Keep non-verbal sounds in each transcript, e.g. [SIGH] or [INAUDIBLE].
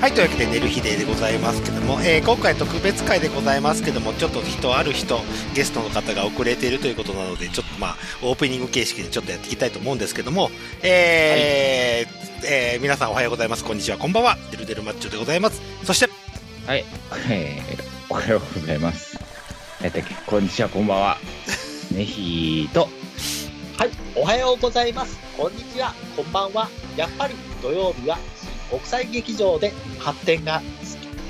はい、というわけで、寝る日ででございますけども、えー今回特別会でございますけども、ちょっと人、ある人、ゲストの方が遅れているということなので、ちょっとまあ、オープニング形式でちょっとやっていきたいと思うんですけども、えーえー皆さんおはようございます、こんにちは、こんばんは、デルデルマッチョでございます。そして、はい、 [LAUGHS] えー、おはようございます。えっと、こんにちは、こんば [LAUGHS] んは。ねひーと、はい、おはようございます。こんにちは、こんばんは。やっぱり土曜日は新国際劇場で発展が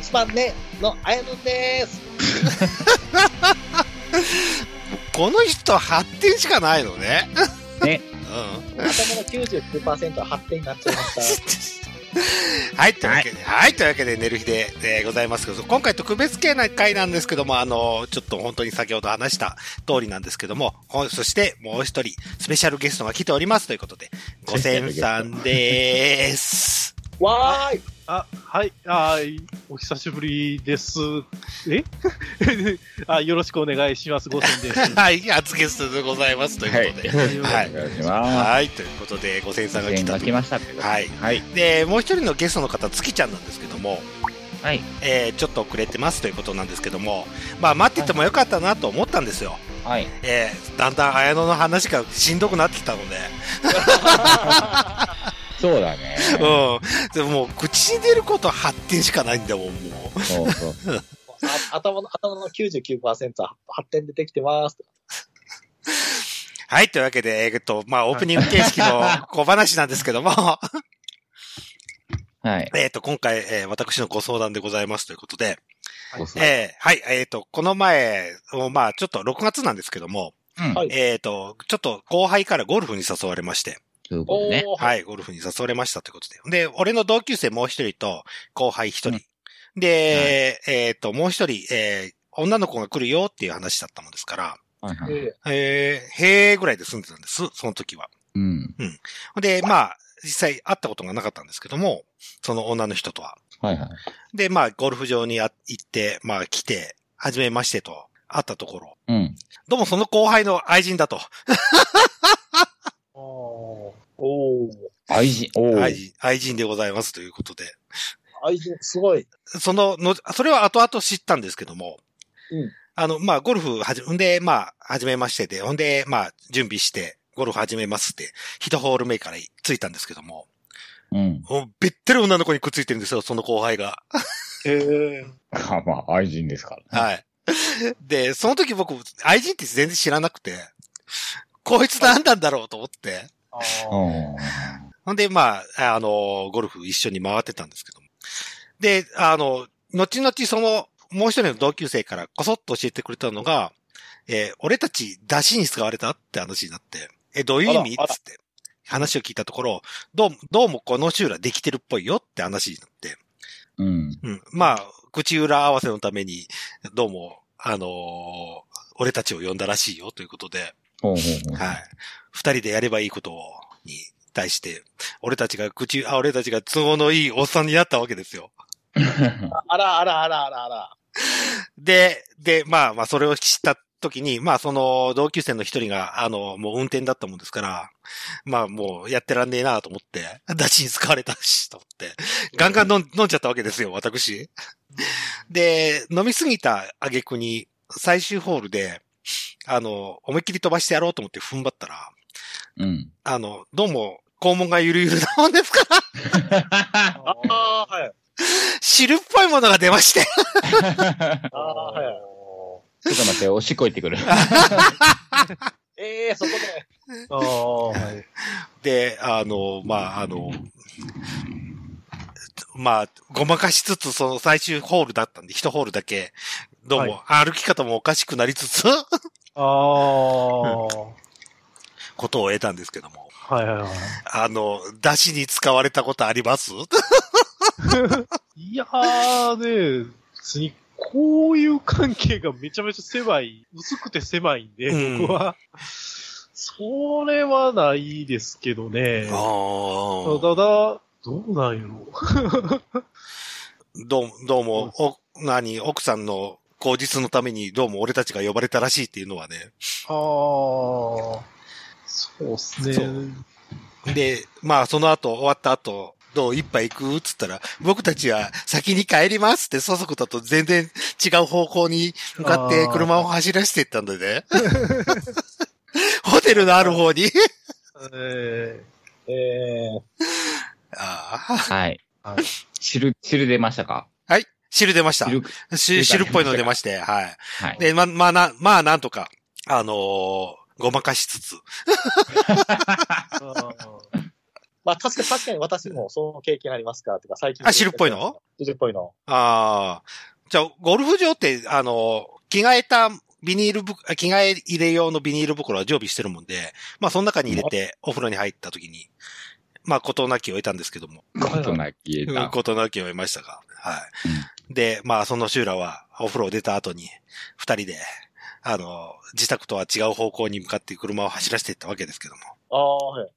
一番ねのあやのんです。この人、発展しかないのね。ね [LAUGHS] うん。頭の99%は発展になっちゃいましはい、というわけで、はい、というわけで、寝る日で、えーございますけど、今回特別系な回なんですけども、あの、ちょっと本当に先ほど話した通りなんですけども、ほそしてもう一人、スペシャルゲストが来ておりますということで、ごせんさんでーす。た。わーい。あ、はい、あーいお久しぶりです。え [LAUGHS] あよろしくお願いします、ごせんです。はい、初ゲストでございますということで。ははいい、お願いしはい、まということで、ごせんす。さんが出来演たがと来ましたってことで。はい。はい、で、もう一人のゲストの方、月ちゃんなんですけども、はい、えーちょっと遅れてますということなんですけども、まあ、待っててもよかったなと思ったんですよ。はい、えーだんだん綾野の話がしんどくなってきたので、そうだね。うん。でももう口に出ることは発展しかないんだもん、もう。そうそう。あ頭の頭の99%は発展でできてます。はい、というわけで、えーっと、まあ、オープニング形式の [LAUGHS] 小話なんですけども、はい、えーっと、今回、えー私のご相談でございますということで、そうそう。えーはい、えーっと、この前、おまあ、ちょっと6月なんですけども、うん、はいえーっと、ちょっと後輩からゴルフに誘われまして、ということおでね。ーはい、ゴルフに誘われましたということで。で、俺の同級生もう一人と、後輩一人。で、えっ、と、もう一人、えー女の子が来るよっていう話だったもんですから、はいはい。ええー、へーぐらいで済んでたんです、その時は。うん、で、まあ、実際会ったことがなかったんですけども、その女の人とは。はいはい。で、まあ、ゴルフ場にあ行って、まあ、来て、はじめましてと会ったところ、うん、どうもその後輩の愛人だと。ー、おおー愛人、おー愛人、愛人でございますということで。愛人すごい。そのの、それは後々知ったんですけども、うんあの、まあ、ゴルフはじ、んで、まあ、始めましてで、ほんで、まあ、準備して、ゴルフ始めますって、一ホール目からついたんですけども、うん。もうべってる女の子にくっついてるんですよ、その後輩が。へえ。あまあ、愛人ですからね。はい。で、その時僕、愛人って全然知らなくて、こいつ何なんだろうと思って、あおーほんで、まあ、あの、ゴルフ一緒に回ってたんですけども。で、あの、後々その、もう一人の同級生からこそっと教えてくれたのが、えー俺たち、出しに使われたって話になって、え、どういう意味あらあつって、話を聞いたところ、どうも、どうもこの集落できてるっぽいよって話になって、うん、うん。まあ、口裏合わせのために、どうも、あのー俺たちを呼んだらしいよということで、ほうほうほう。はい。二人でやればいいことに対して、俺たちが口、あ、俺たちが都合のいいおっさんになったわけですよ。あらあらあらあらあら。で、で、まあまあ、それを知った時に、まあ、その、同級生の一人が、あの、もう運転だったもんですから、まあ、もう、やってらんねえなと思って、ダチに使われたし、と思って、ガンガン飲ん飲んじゃったわけですよ、私。で、飲みすぎた挙句に、最終ホールで、あの、思いっきり飛ばしてやろうと思って踏ん張ったら、 [LAUGHS] うん。あの、どうも、肛門がゆるゆるなもんですから、 [LAUGHS] ああー、はい。汁っぽいものが出まして。ああー、はい。ちょっと待って、おしっこ行ってくる。ええー、そこで。あーはいで、あの、まあ、あの、まあ、ごまかしつつ、その最終ホールだったんで、一ホールだけ、どうも、歩き方もおかしくなりつつ、 [LAUGHS] あーことを得たんですけども、はいはいはあの、出汁に使われたことありますい。いやーね、別にこういう関係がめちゃめちゃ狭い、薄くて狭いんで、うん僕は。それはないですけどね。ああ。ただ、どうなんやろどうも、どうも、お、何、奥さんの口実のために、どうも俺たちが呼ばれたらしいっていうのはね、ああ、そうっすね。そうで、まあ、その後、終わった後、どう一杯行くっつったら、僕たちは先に帰りますって、そそくだと全然違う方向に向かってあー車を走らせていったんだね。ホテルのある方に。ええー、ああ。はい。ーはい。汁、汁出ましたか汁出ました。汁、し汁っぽいの出まして、はい。はい。で、ま、まあな、まあなんとか、あのーごまかしつつ。あーまあ、確か確かに私もその経験ありますから、てか最近。あ汁っぽいの汁っぽいの。ああ。じゃあ、ゴルフ場って、あの、着替えたビニール袋、あ着替え入れ用のビニール袋は常備してるもんで、まあ、その中に入れて、お風呂に入った時に、まあ、事なきを得たんですけども、ことなきえうんた。事なきを得ましたが、はい。で、まあ、そのシューラは、お風呂を出た後に、二人で、あの、自宅とは違う方向に向かって車を走らせていったわけですけども、ああ、はい。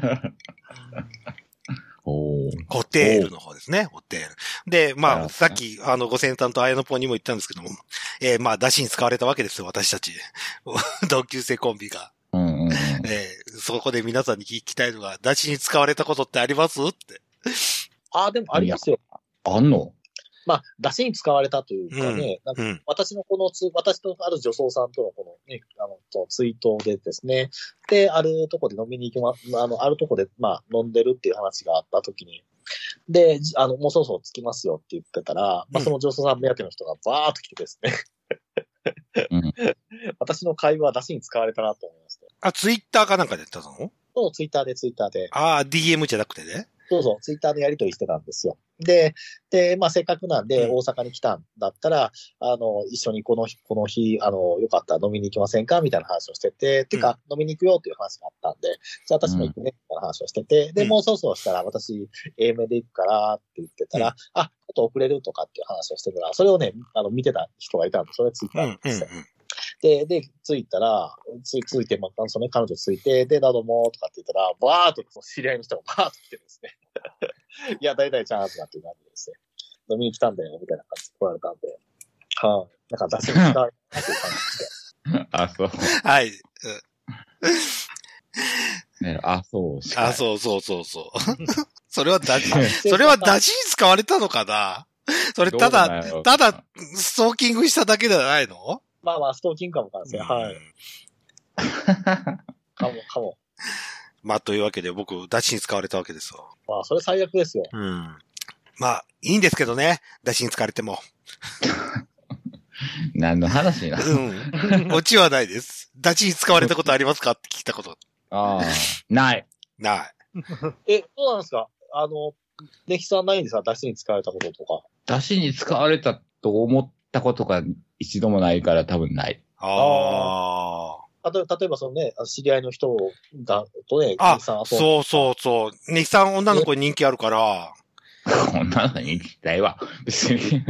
[LAUGHS] おーホテールの方ですね、ホテール。で、まああ、さっき、あの、ご先端と綾野ポンにも言ったんですけども、えーまあ、出しに使われたわけですよ、私たち。 [LAUGHS] 同級生コンビが。うんうんうん。えーそこで皆さんに聞きたいのが、出しに使われたことってありますって。ああ、でもありますよ。あんのまあ、出汁に使われたというかね、なんかうん。私のこのつ、私とある女装さんとのこのね、あの、とツイートでですね、で、あるとこで飲みに行きま、あの、あるとこで、まあ、飲んでるっていう話があった時に、で、じあの、もうそろそろ着きますよって言ってたら、うんまあ、その女装さん目当ての人がバーっと来てですね、うん [LAUGHS] 私の会話は出汁に使われたなと思いまして。あ、ツイッターかなんかでやったのそう、ツイッターでツイッターで。ああ、DM じゃなくてね。そうそう、ツイッターのやり取りしてたんですよ。で、で、まあ、せっかくなんで、うん大阪に来たんだったら、あの、一緒にこの日、この日、あの、よかったら飲みに行きませんかみたいな話をしてて、てか、飲みに行くよっていう話があったんで、じゃあ私も行くね、みたいな話をしてて、で、うんもうそろそろしたら、私、A 面で行くからって言ってたら、うんあ、ちょっと遅れるとかっていう話をしてたら、それをね、あの、見てた人がいたんで、それツイッタうん、ーうなんん、ですよ。うん。で、で、着いたら、つ、ついて、まあ、そのね彼女ついて、で、なども、とかって言ったら、バーっと、知り合いの人がバーっと来てです [LAUGHS] ね。いや、大体ちゃんとかっていう感じでですね。飲みに来たんだよ、みたいな感じで来られたんで。はい、なんか、出せる力っていう感じで。 [LAUGHS] [LAUGHS] あ、そう。はい。ねあ、そう。しかあ、そうそうそうそう。 [LAUGHS] それはだ、それは出しに使われたのかなそれ、ただ、、どうなんやろうただ、ストーキングしただけじゃないのまあまあ、ストーキングかもかもしれない。はい。。かも、かも。まあ、というわけで僕、出しに使われたわけですよ。まあ、それ最悪ですよ。うん。まあ、いいんですけどね。出しに使われても。 [LAUGHS] 何の話な。うん。オチはないです。出しに使われたことありますかって聞いたことああ、ない。ない。え、どうなんですかあの、歴史さんないんですか出汁に使われたこととか。出汁に使われたと思ったことが一度もないから多分ない。 [LAUGHS] あ例えば、例えばそのね、あの知り合いの人が、とね、あ。あ、日産と、そうそうそう。日産女の子に人気あるから、こんなのに期待は。別 [LAUGHS] に。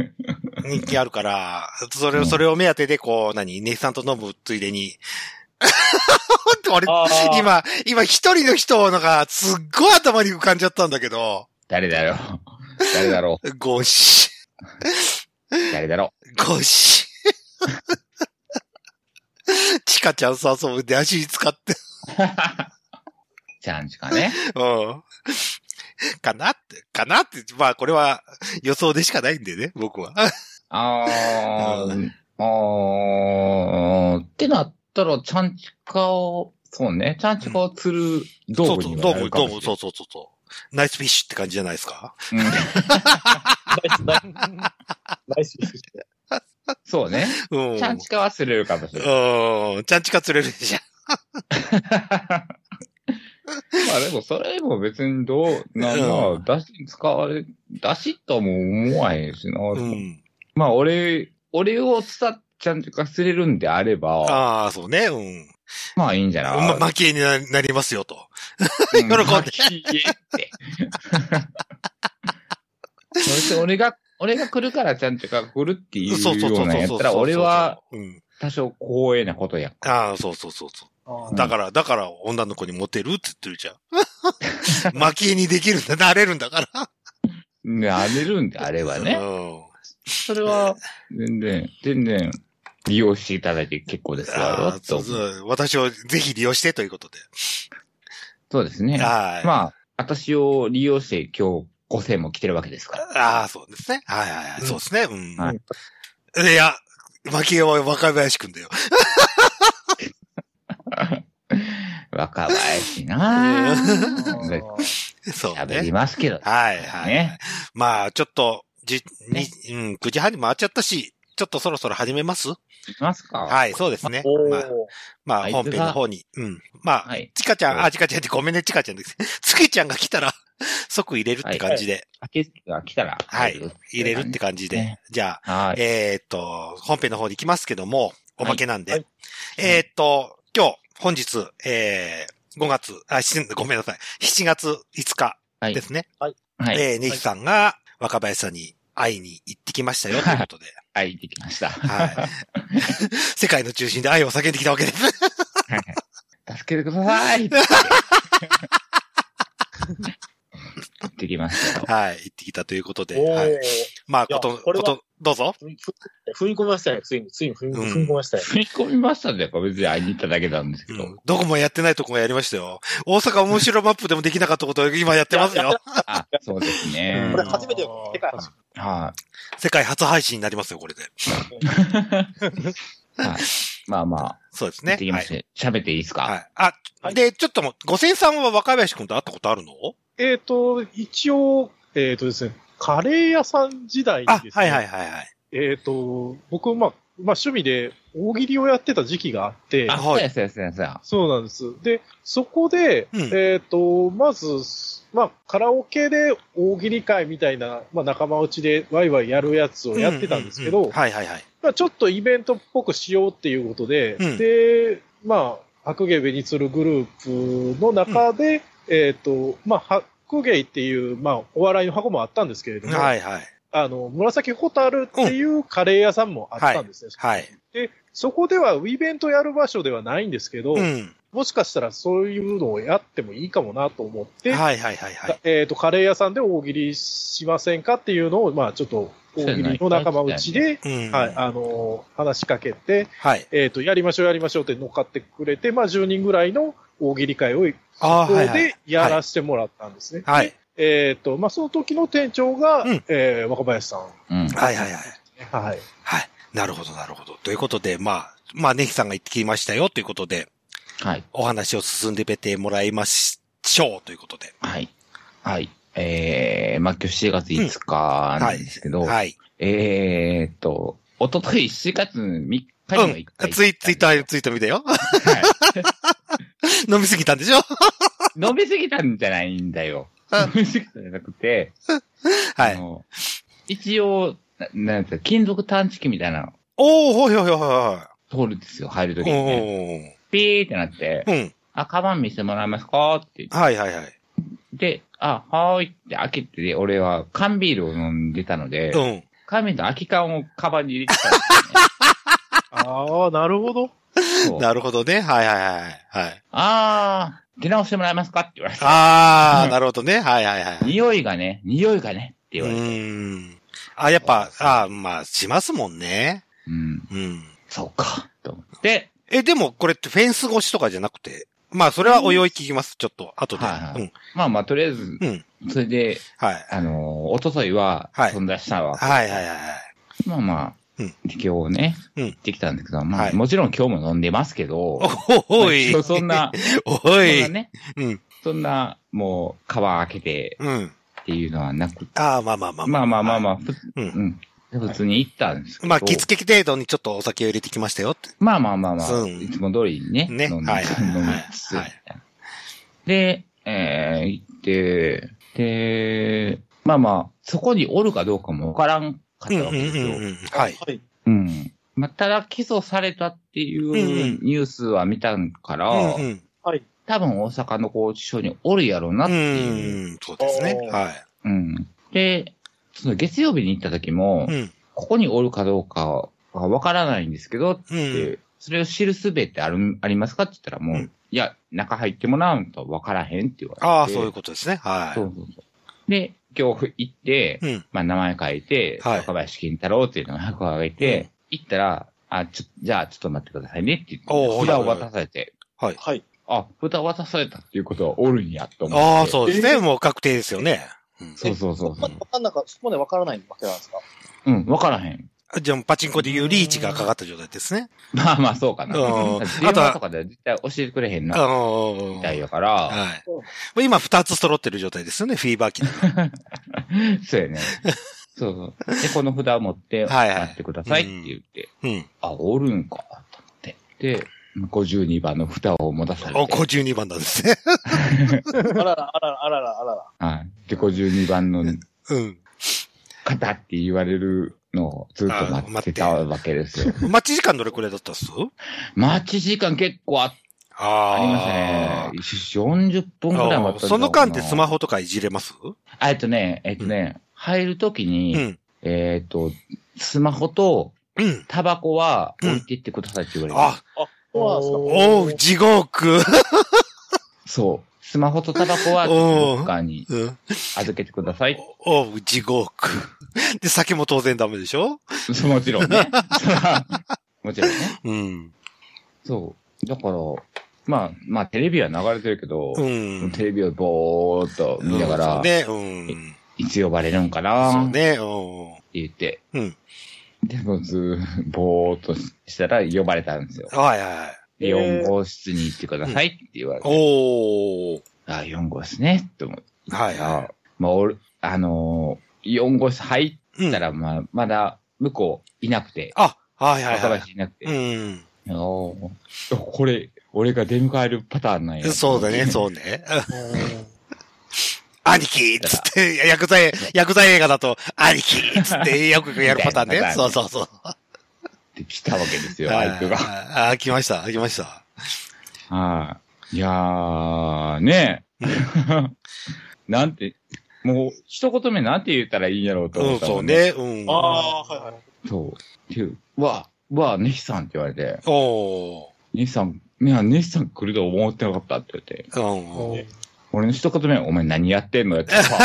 人気あるから、それうを、んそれを目当てで、こう、何、日産と飲むついでに。俺、あ [LAUGHS] ー今、今一人の人のがすっごい頭に浮かんじゃったんだけど、誰だろう。誰だろゴシ、う。誰だろゴシ。 [LAUGHS] チカちゃんさ、そう、で足使って、う。ちゃんちかね。うん。かなって、かなって、まあこれは予想でしかないんでね、僕は。あうー、あー、ってなったら、ちゃんちかを、そうね、ちゃんちかを釣るそ道う具そにう、はどうなも、るどかうもも、しれそうそうそないうそう。ナイスフィッシュって感じじゃないですか。うんナイス、ナイス。そうね。うん。ちゃんちかは釣れるかもしれない。うん。ちゃんちか釣れるじゃん。まあでも、それも別にどう、な、うまあ、だし使われ、だしとも思わへんしな。うん。まあ、俺、俺を伝っちゃんとか釣れるんであれば、ああ、そうね、うん。まあいいんじゃない、ま、負けにななりますよと。喜んでって。そして俺が、俺が来るからちゃんとか来るっていうそうそうよそううなそんうやそっう。たら、俺はうん。多少光栄なことや。ああ、そうそうそうそう。あだから、だから女の子にモテるって言ってるじゃん。 [LAUGHS] 巻き絵にできるんだ、なれるんだから。なれるんであればね。う [LAUGHS] それは、全然、全然、利用していただいて結構ですん。わあよあ、とそうそう。私をぜひ利用してということで。そうですね。はい。まあ、私を利用して今日5000も来てるわけですから。ああ、そうですね。はいはいはい。うんそうですね。うん。、はいや、負けは若林くんだよ。 [LAUGHS] 若林な [LAUGHS] あぁ。ーそう喋りね。ますけど。はいはい。ね。まあ、ちょっと、じ、ねに、うん、9時半に回っちゃったし、ちょっとそろそろ始めますいきますか。はい、そうですね。おまーあ、まあ、あいつが本編の方に。うん。まあ、はい。チカちゃん、はあ、いチカちゃんってごめんね、チカちゃんです。 [LAUGHS] 月ちゃんが来たら、 [LAUGHS] 即入れるって感じで、竹月が来たら。はい入れるって感じでね。じゃあ、はい。えーっと、本編の方に行きますけども、おまけなんで。はいえーっと、今日、本日、えー、5月、あ、しごめんなさい。7月5日はいですね。はい。えー、ネジさんが若林さんに会いに行ってきましたよ、ということで。はい、できました。はい。世界の中心で愛を叫んできたわけです。助けてくださ [LAUGHS] いって。 [LAUGHS] 行ってきましたよ。 [LAUGHS] はい。行ってきたということで。おーはい。まあ、いやこと、これこはと、どうぞ。踏み踏み込みましたね、ついに。ついに踏み,、うん踏み込みましたね。振り込みましたね。これ別に会いに行っただけなんですけど。どこもやってないとこもやりましたよ。大阪面白マップでもできなかったことを今やってますいや [LAUGHS] よ。あ、そうですねうんこれ。初めてよ。世界初。は世界初配信になりますよ、これで。い。はい。まあまあ、そうです行ね。ってきまして、喋っていいですはかい。あ、はいで、ちょっともう、五千さんは若林くんと会ったことあるのえっと、一応、えっ、とですね、カレー屋さん時代にあで、すね、はいはいはいはい。えっ、と、僕、まあ、まあ、趣味で大喜利をやってた時期があって、あ、はいそうやそうやそうやそうや。そうなんです。で、そこで、うんえっ、と、まず、まあ、カラオケで大喜利会みたいな、まあ、仲間内でワイワイやるやつをやってたんですけど、うううはいはいはい。まあ、ちょっとイベントっぽくしようっていうことで、うんで、まあ、白芸ベニツルグループの中で、えっ、と、まあ、白芸っていう、まあ、お笑いの箱もあったんですけれども、はいはい。あの、紫ホタルっていうカレー屋さんもあったんですね。はい。で、そこではイベントやる場所ではないんですけど、うん。もしかしたらそういうのをやってもいいかもなと思って、はいはいはいはい。えっ、と、カレー屋さんで大喜利しませんかっていうのを、まあ、ちょっと、大喜利の仲間内で、うん。はい、あのー話しかけて、はい。えっ、と、やりましょうやりましょうって乗っかってくれて、まあ、10人ぐらいの大喜利会を、ああ、ここはいはいで。やらせてもらったんですね。はい。えっ、と、まあ、その時の店長が、うんえー若林さん。うん。はいはいはい。はい。はい。なるほどなるほど。ということで、まあ、まあ、ネヒさんが言ってきましたよということで、はい。お話を進んでべてもらいましょうということで。はい。はい。えー、まあ今日7月5日なんですけど、はい。えーっと、おととい7月3日にうは一回行ったんん。でツイ、ツイッター、ツイート見たよ。 [LAUGHS] はい飲みすぎたんでしょ飲みすぎたんじゃないんだよ。うん飲みすぎたんじゃなくて、はあい。の一応、ななんていうか金属探知機みたいなのおー、ほいほいほいほ通るんですよ、入るいとほきい。に、おね。ー。ピーってなって、うん。あ、カバン見せてもらえますかって言っはいはいはい。て、あ、はーいって開けて、俺は缶ビールを飲んでたので、うん。缶ビールの空き缶をカバンに入れてたんでああ、なるほど。すよね。そ [LAUGHS] うなるほどね。はいはいはい。はい。あー、出直してもらえますかって言われて。あう [LAUGHS] ー、んなるほどね。はいはいはい。匂いがね、匂いがねってう言われて。ーん。あ、やっぱ、あーまあ、しますもんね。うん、うん。そうか、と思って、え、でも、これってフェンス越しとかじゃなくて。まあ、それはおいおい聞きます。ちょっと、後で。はいはいうん。まあまあ、とりあえず、うんそれで、はい。あのー、おとといははい、飛んだしたわ。はいはいはいはい。まあまあ、うん今日ね、うん行ってきたんだけど、まあ、はいもちろん今日も飲んでますけど、おおいまあ。そんな、お。そんないね、うん。そんな、もう、皮開けてうん。っていうのはなく、あー、まあまあまあまあまあまあまあ、ふううんん、普通に行ったんですけど、まあ、着付け程度にちょっとお酒を入れてきましたよって。まあまあまあまあ、うんいつも通りにね、ね飲んで、はいはいはい [LAUGHS] 飲みつつ、はいみたいなで、えー、行って、で、まあまあ、そこにおるかどうかもわからんかっうんうたんわうけですよ。んうん。はい。はい。うん。まあ、ただ起訴されたっていんううニュースは見たから、うんうん。はい。多分大阪の拘置所におるやろうなっていう。うん。そうですね。おーはうん。で、その月曜日に行った時も、い。うん。ここにおるかどうかはわからないんですけどっうて、ん。それを知るすべってある、ありますかって言ったらもう、うんいや、中入ってもらわんとわからへんって言われて。ああ、そういうことですね。はい。そうそうそうで、今日行って、うん。まあ、名前書いて、はい若林金太郎っていう名前を書いて、行ったら、あ、ちょ、じゃあちょっと待ってくださいねって言って、おー札を渡されて、はい。はい。あ、蓋渡されたっていうことはおるんやと思って。ああ、そうですね、えもう確定ですよね。うんそうそうそうそまう。あ、なんか、そこまでわからないわけなんですか。うん、わからへん。 [LAUGHS] じゃあ、パチンコでいうリーチがかかった状態ですね。まあまあ、そうかな。うん電話とかでは絶対教えてくれへんな、みみたいやから。はい。もう今二つ揃ってる状態ですよね、フィーバー機能。そ [LAUGHS] うやね。そうそう。で、この札を持って、はいはいやってくださいって言って、 [LAUGHS] うん。あ、おるんか、と思って。で、52番の札を持たさお、れて。 52番なんですね。あらら、あらら、あらら、あらら。はい。で、52番のうん。方って言われるのをずっと待ってたわけですよ。待ち時間どれくらいだったっす待ち時間結構あああーりましたね。40分ぐらい待ったあーその間でスマホ。ホとかいじれますうあえっとね、えっとね、入るときに、ん。えっと、スマホとうん。タバコは置いてってくださいって言われて。あ、そうなんですか。おう、地獄。そう。スマホとタバコは、どっかにうん。預けてください。 [LAUGHS] おう、地獄。で、酒も当然ダメでしょそうもちろんね。そらもちろんね。うん。そう。だから、まあ、まあ、テレビは流れてるけど、うん。テレビをぼーっと見ながら、うんそうね、うん。いつ呼ばれるんかそなうってね、うん。言って、うんでもずーぼーっとしたら呼ばれたんですよ。はいはい。で、えー4号室に行ってくださいって言われて、おー。あ、4号室ね、と思って。はいはまあ、俺、あのー、4号室入い。うっんた。ら、まあ、まだ向こういなくて、あ、はいはいは新い。しいなくて、うん。あのーこれ、俺が出迎えるパターンなんや。そうだね、そうね。 [LAUGHS] 兄貴っつって、薬剤、薬剤映画だと、兄貴っつって、よくやるパターンみたいね。なそうそうそう。って来たわけですよ、は相手いが。 [LAUGHS] あ、来ました、来ました。はい。いやー、ね [LAUGHS] え。なんて、もう、一言目なんて言ったらいいんやろうとう思ん、ったそもうんね。ね、うん。ああ、はいはい。そう。っていう、うわ、うわ、ネヒさんって言われて、おー。ネヒさん、いや、ネヒさん来ると思ってなかったって言って、うん。俺の一言目、お前何やってんの [LAUGHS] やって、わそ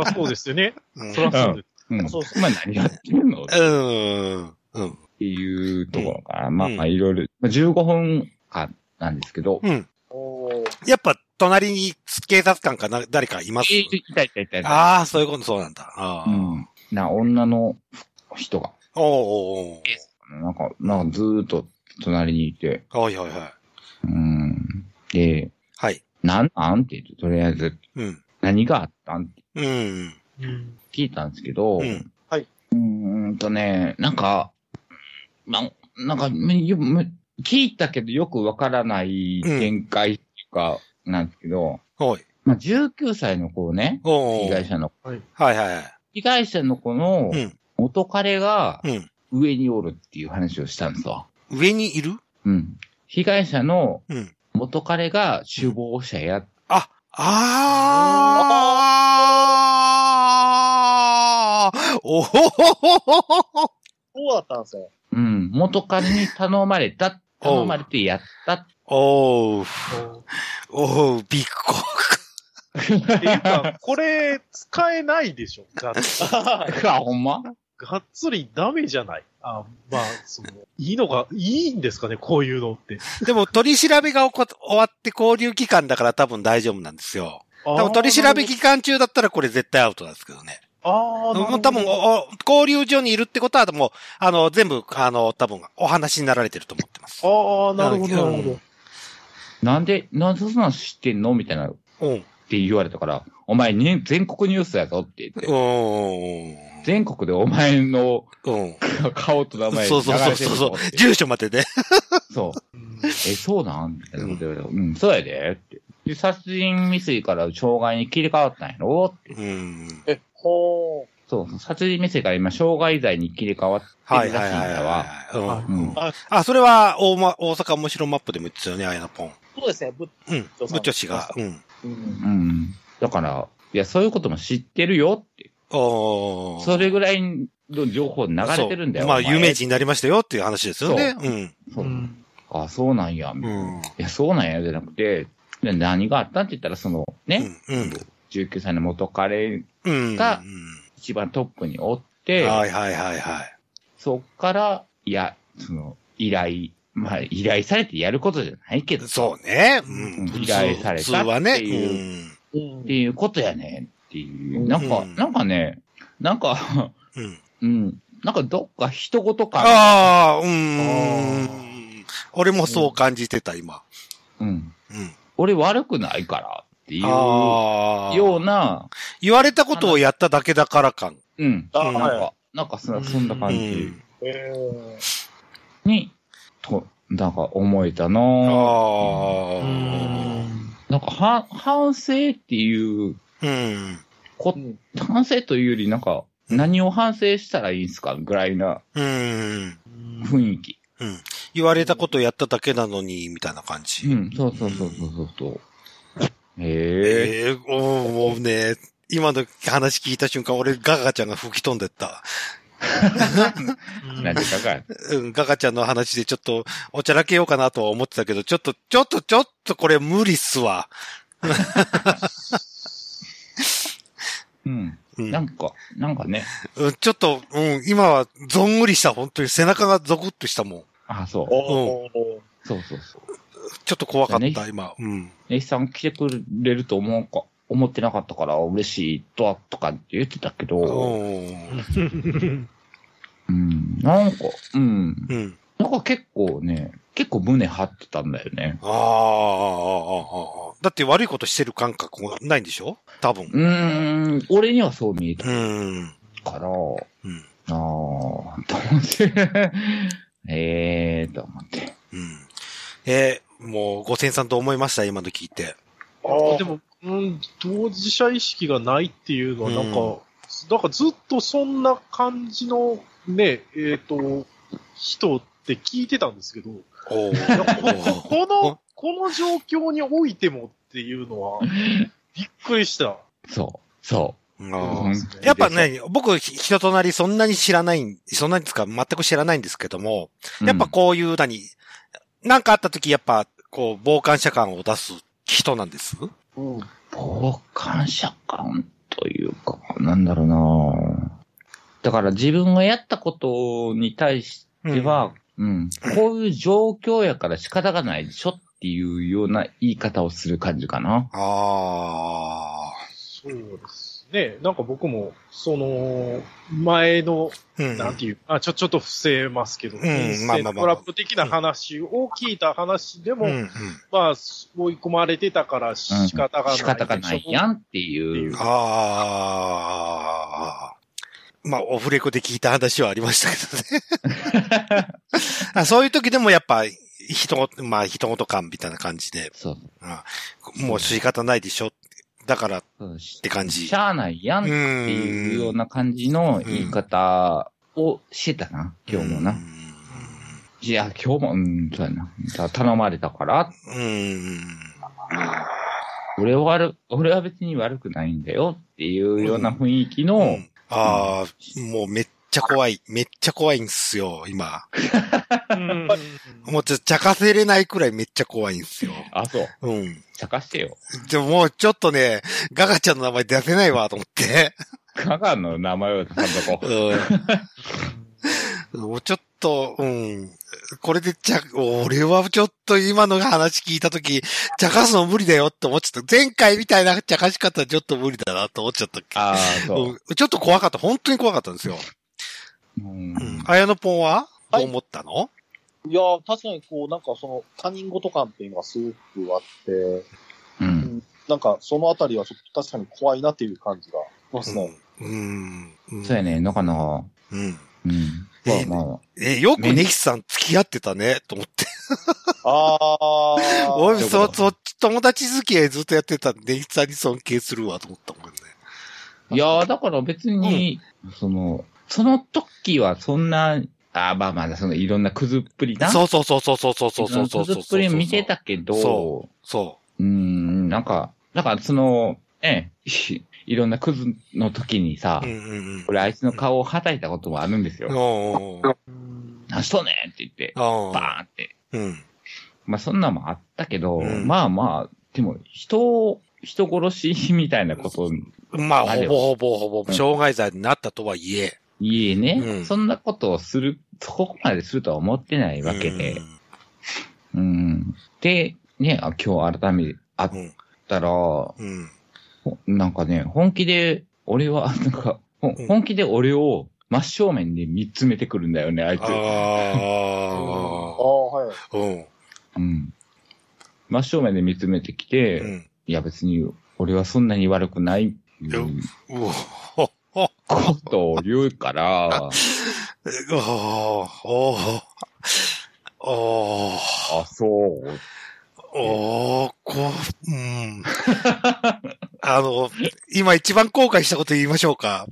りゃそうですよね。うんそりゃそうです。うん、そうお前何やってんのっうん。うん。ていうところから、んまあまあ、いろいろ、まあ、15分間なんですけど、うん。おーやっぱ、隣に警察官かな、誰かいますえーいたいたいたいた。ああ、そういうこと、そうなんだ。ああ。うん。な、女の人が、おーおーなんか、なんかずーっと隣にいて、おーはいはいはい。うん。で、はい。なん、なんて言って、とりあえず、うん。何があったんってうん。うん。聞いたんですけど、うんはい。うーんとね、なんか、なんなんか、めよめ聞いたけどよくわからない展開っていうか、なんですけど、おい。まあ、19歳の子をね、おー被害者の、はいはいはい。被害者の子のうん元彼がうん。上におるっていう話をしたんですわ。上にいるうん。被害者のうん。元彼が首謀者やっあ、ああおほほほほほほそうだったんですね。うん、元彼に頼まれた、 [LAUGHS] おう頼まれてやったっおう、おう、びっこ。っていうか、これ、使えないでしょ。がってか、 [LAUGHS] ほんまがっつりダメじゃない。あ、まあ、その、いいのが、いいんですかね、こういうのって。でも取り調べがおこ終わって交留期間だから多分大丈夫なんですよ。多分取り調べ期間中だったらこれ絶対アウトなんですけどね。あーなるもほどう多分おお交流所にいるってことはもう、あの、全部、あの、多分お話になられてると思ってます。ああ、なるほど、なるほど。なんで、なんでそんなん知ってんのみたいな、っうん。て言われたから、お前に、全国ニュースやぞって言って、うん。全国でお前の [LAUGHS] うん。顔と名前そうそうそう流れてそうそるぞうっ。て住所までね。そう。うんえ、そうなんみたいなこと言われた。うん、そうやで。って。で、殺人未遂から傷害に切り替わったんやろってうん。え、 [LAUGHS] ほそう、殺人未遂から今、傷害罪に切り替わってはいるはいらしいんはいだわ。はい。うんはうん。あ、それは大,、ま、大阪面白マップでも言ってたよね、あやなぽん。う。そうですね。ぶうん。ぶっちょ氏が。うん。ううんん。だから、いや、そういうことも知ってるよって。おーそれぐらいの情報流れてるんだよ。そうまあ、お前有名人になりましたよっていう話ですよね。そううんあ、そうなんや。うん。うん。いや、そうなんやじゃなくて、で何があったって言ったら、そのうね、ん。うん。 19歳の元彼うん。がうん一番トップにおって、はいはいはいはい。そっから、いや、その、依頼まあ、依頼されてやることじゃないけど、っそうね。うん。依頼され普た通はね。っていううんていうことやねっていう。なんうか、んなんかね、なんか、ん。うん。うん、なんかどっか人事か、ああ、うーん。俺もそう感じてた、今。うん、うん。俺悪くないからっていうよああ。うな、言われたことをやっただけだから感。うん、あうなんんはか、なんかそそんなう感じん。い。えーに、と、なんか思えたなぁあうあ。んなんかは、反省っていう、うん。こうん反省というより、なんか、何を反省したらいいんすかぐらいなうん。雰囲気。うん。言われたことをやっただけなのに、みたいな感じ。うん、そうそうそうそうそうそう。へえええおーもうね、今の話聞いた瞬間、俺、ガガちゃんが吹き飛んでった。うー。んなんでかかる。うん、ガガちゃんの話でちょっと、おちゃらけようかなとは思ってたけど、ちょっと、ちょっと、ちょっと、これ無理っすわ。うん。うん、なんか、なんかね。うんちょっと、うん、今は、ぞんぐりした、本当に背中がゾクッとしたもん。あ、そう。おーそうそうそう。ちょっと怖かっだた、ね今。うん。ネイさん来てくれると思うか、思ってなかったから嬉しいとは、とかって言ってたけど、うんうん、なんか、うん。うん。なんか結構ね、結構胸張ってたんだよね。あーあー、あーあー、だって悪いことしてる感覚もないんでしょ多分。うーん、俺にはそう見えたうん。かうん。ら、あー、と思って、 [LAUGHS] えーと思って。うん。えーもう、五千さんと思いました、今の聞いて。おーでも、うん、当事者意識がないっていうのは、なんか、うんなんかずっとそんな感じのね、えっ、と、人って聞いてたんですけど、おーなんかここおの、この状況においてもっていうのは、びっくりした。そう、そうんう。やっぱ、ね、僕、ひ人となりそんなに知らないん、そんなにつか全く知らないんですけども、やっぱこういう何、なんかあった時やっぱ、こう、傍観者感を出す人なんです。うん。うん、傍観者感というか、なんだろうなだから自分がやったことに対しては、うん、こういう状況やから仕方がないでしょっていうような言い方をする感じかな。あそうですね。なんか僕も、その、前の、あ。うん。なんていう、あ、ちょ、ちょっと伏せますけど、うんまあまあまあトラップ的な話を聞いた話でも、うんうん。まあ、追い込まれてたから仕方がない、仕方がないやんっていう。ああ。まあ、オフレコで聞いた話はありましたけどね。 [LAUGHS] あそういう時でもやっぱ、人、まあ、人事感みたいな感じで、そう。もう仕方ないでしょ。だからっそうして感じし。ゃあないやんっていうような感じの言い方をしてたな、今日もうな。んいや、今日も、うん、そうやな。じゃあ頼まれたから、うん。俺は悪、俺は別に悪くないんだよっていうような雰囲気の、うんああ、もうめっちゃ怖い。めっちゃ怖いんすよ、今。うん。もうちょっと茶化せれないくらいめっちゃ怖いんすよ。あ、そう、うん。茶化してよ。でももうちょっとね、ガガちゃんの名前出せないわ、と思って。香川の名前を出さんとこ。うん。もうちょっと、うん。これで茶、俺はちょっと今の話聞いたとき、茶化すの無理だよって思っちゃった。前回みたいな茶化し方はちょっと無理だなと思っちゃった。ああ、そうう。んちょっと怖かった。本当に怖かったんですよ。うんうん。綾野ポンはどはうい思ったのいやー、確かにこう、なんかその、他人事感っていうのがすごくあって、うん。なんかそのあたりはちょっと確かに怖いなっていう感じがしますね。うん。うんそうやね、のかな。うん。うん。えまあまあ。え、よくネヒさん付き合ってたね、と思って。あー。俺、そういそうこ、とそっち、友達付き合いずっとやってたネヒさんに尊敬するわ、と思ったもんね。いやー、だから別に、その、その時はそんな、あーまあまあ、そのいろんなくずっぷりな。そうそうそうそうそうそうそうそうそうくそうずっぷり見てたけそど、そうーん、なんか、なんかその、ええ、 [LAUGHS] いろんなクズの時にさう。う、んうんうん。俺あいつの顔をはたいたこともあるんですよ。おー何しとんねんって言って、おーバーンって。うん。まあそんなんもあったけど、うんまあまあ、でも人を、人殺しみたいなことまあ、あほれぼほぼほぼ、障害罪になったとはいえ。いえね、うんそんなことをする、そこまでするとは思ってないわけで、うんうん。で、ね、あ今日改めて会うっん。たら、ほうん。なんかね、本気で、俺は、 [LAUGHS] なんか、ほうん本気で俺を真正面で見つめてくるんだよね、あいつ。あああ、はい。あ。うん。うん。真正面で見つめてきて、うん。いや別に俺はそんなに悪くないっていううお。ことを言う [LAUGHS] から、おおおおあ、そう。おおこう、うん。 [LAUGHS] あの、今一番後悔したこと言いましょうか。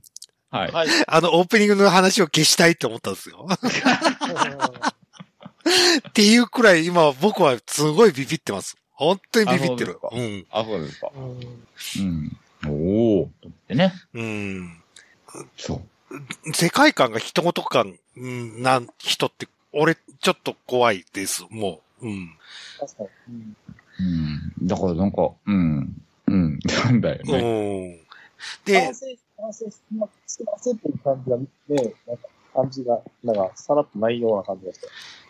はい。はい。あの、オープニングの話を消したいって思ったんですよ。っていうくらい今僕はすごいビビってます。本当にビビってるあ。そううん。あ、そうですか。うんうん。おお。でね。うん。そう。世界観が人ごと感うんな人って、俺ちょっと怖いです。もう。うん。確かに。うんうん。だからなんか、うん。うん。なんだよね。うん。で反、省、反省してましてませんっていう感じがね、なんか、感じが、なんか、さらっとないような感じがして。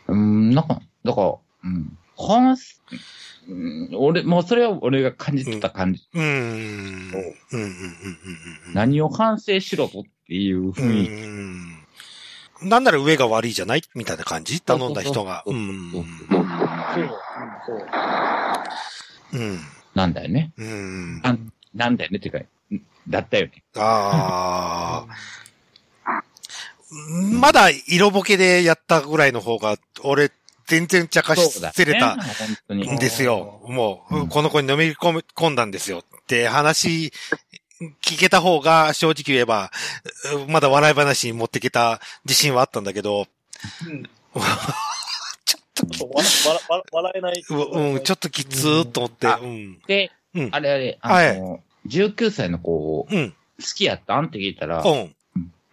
うん。なんか、だから、うん。話す、うん、俺、もうそれは俺が感じてた感じ。うーん。そううんうんうんうんうん。何を反省しろとっていうう雰囲気。ん。なんなら上が悪いじゃないみたいな感じ頼んだ人が。そううそん。そう、うん、そう。うん。なんだよね。うん。あなんだよねってか、んだったよね。ああ。まだ色ぼけでやったぐらいの方が、俺、全然茶化しそうだね。せれた本当に。んですよ。もうう、んこの子にのめり込む込んだんですよって話聞けた方が正直言えば、うまだ笑い話に持ってけた自信はあったんだけど、うん。ちょっときちょっとわらわらわら笑えない。ううん、ちょっときつーっと思って、あうん。で、うんあれあれ、あの、19歳の子をうん。好きやったんって聞いたら、うん。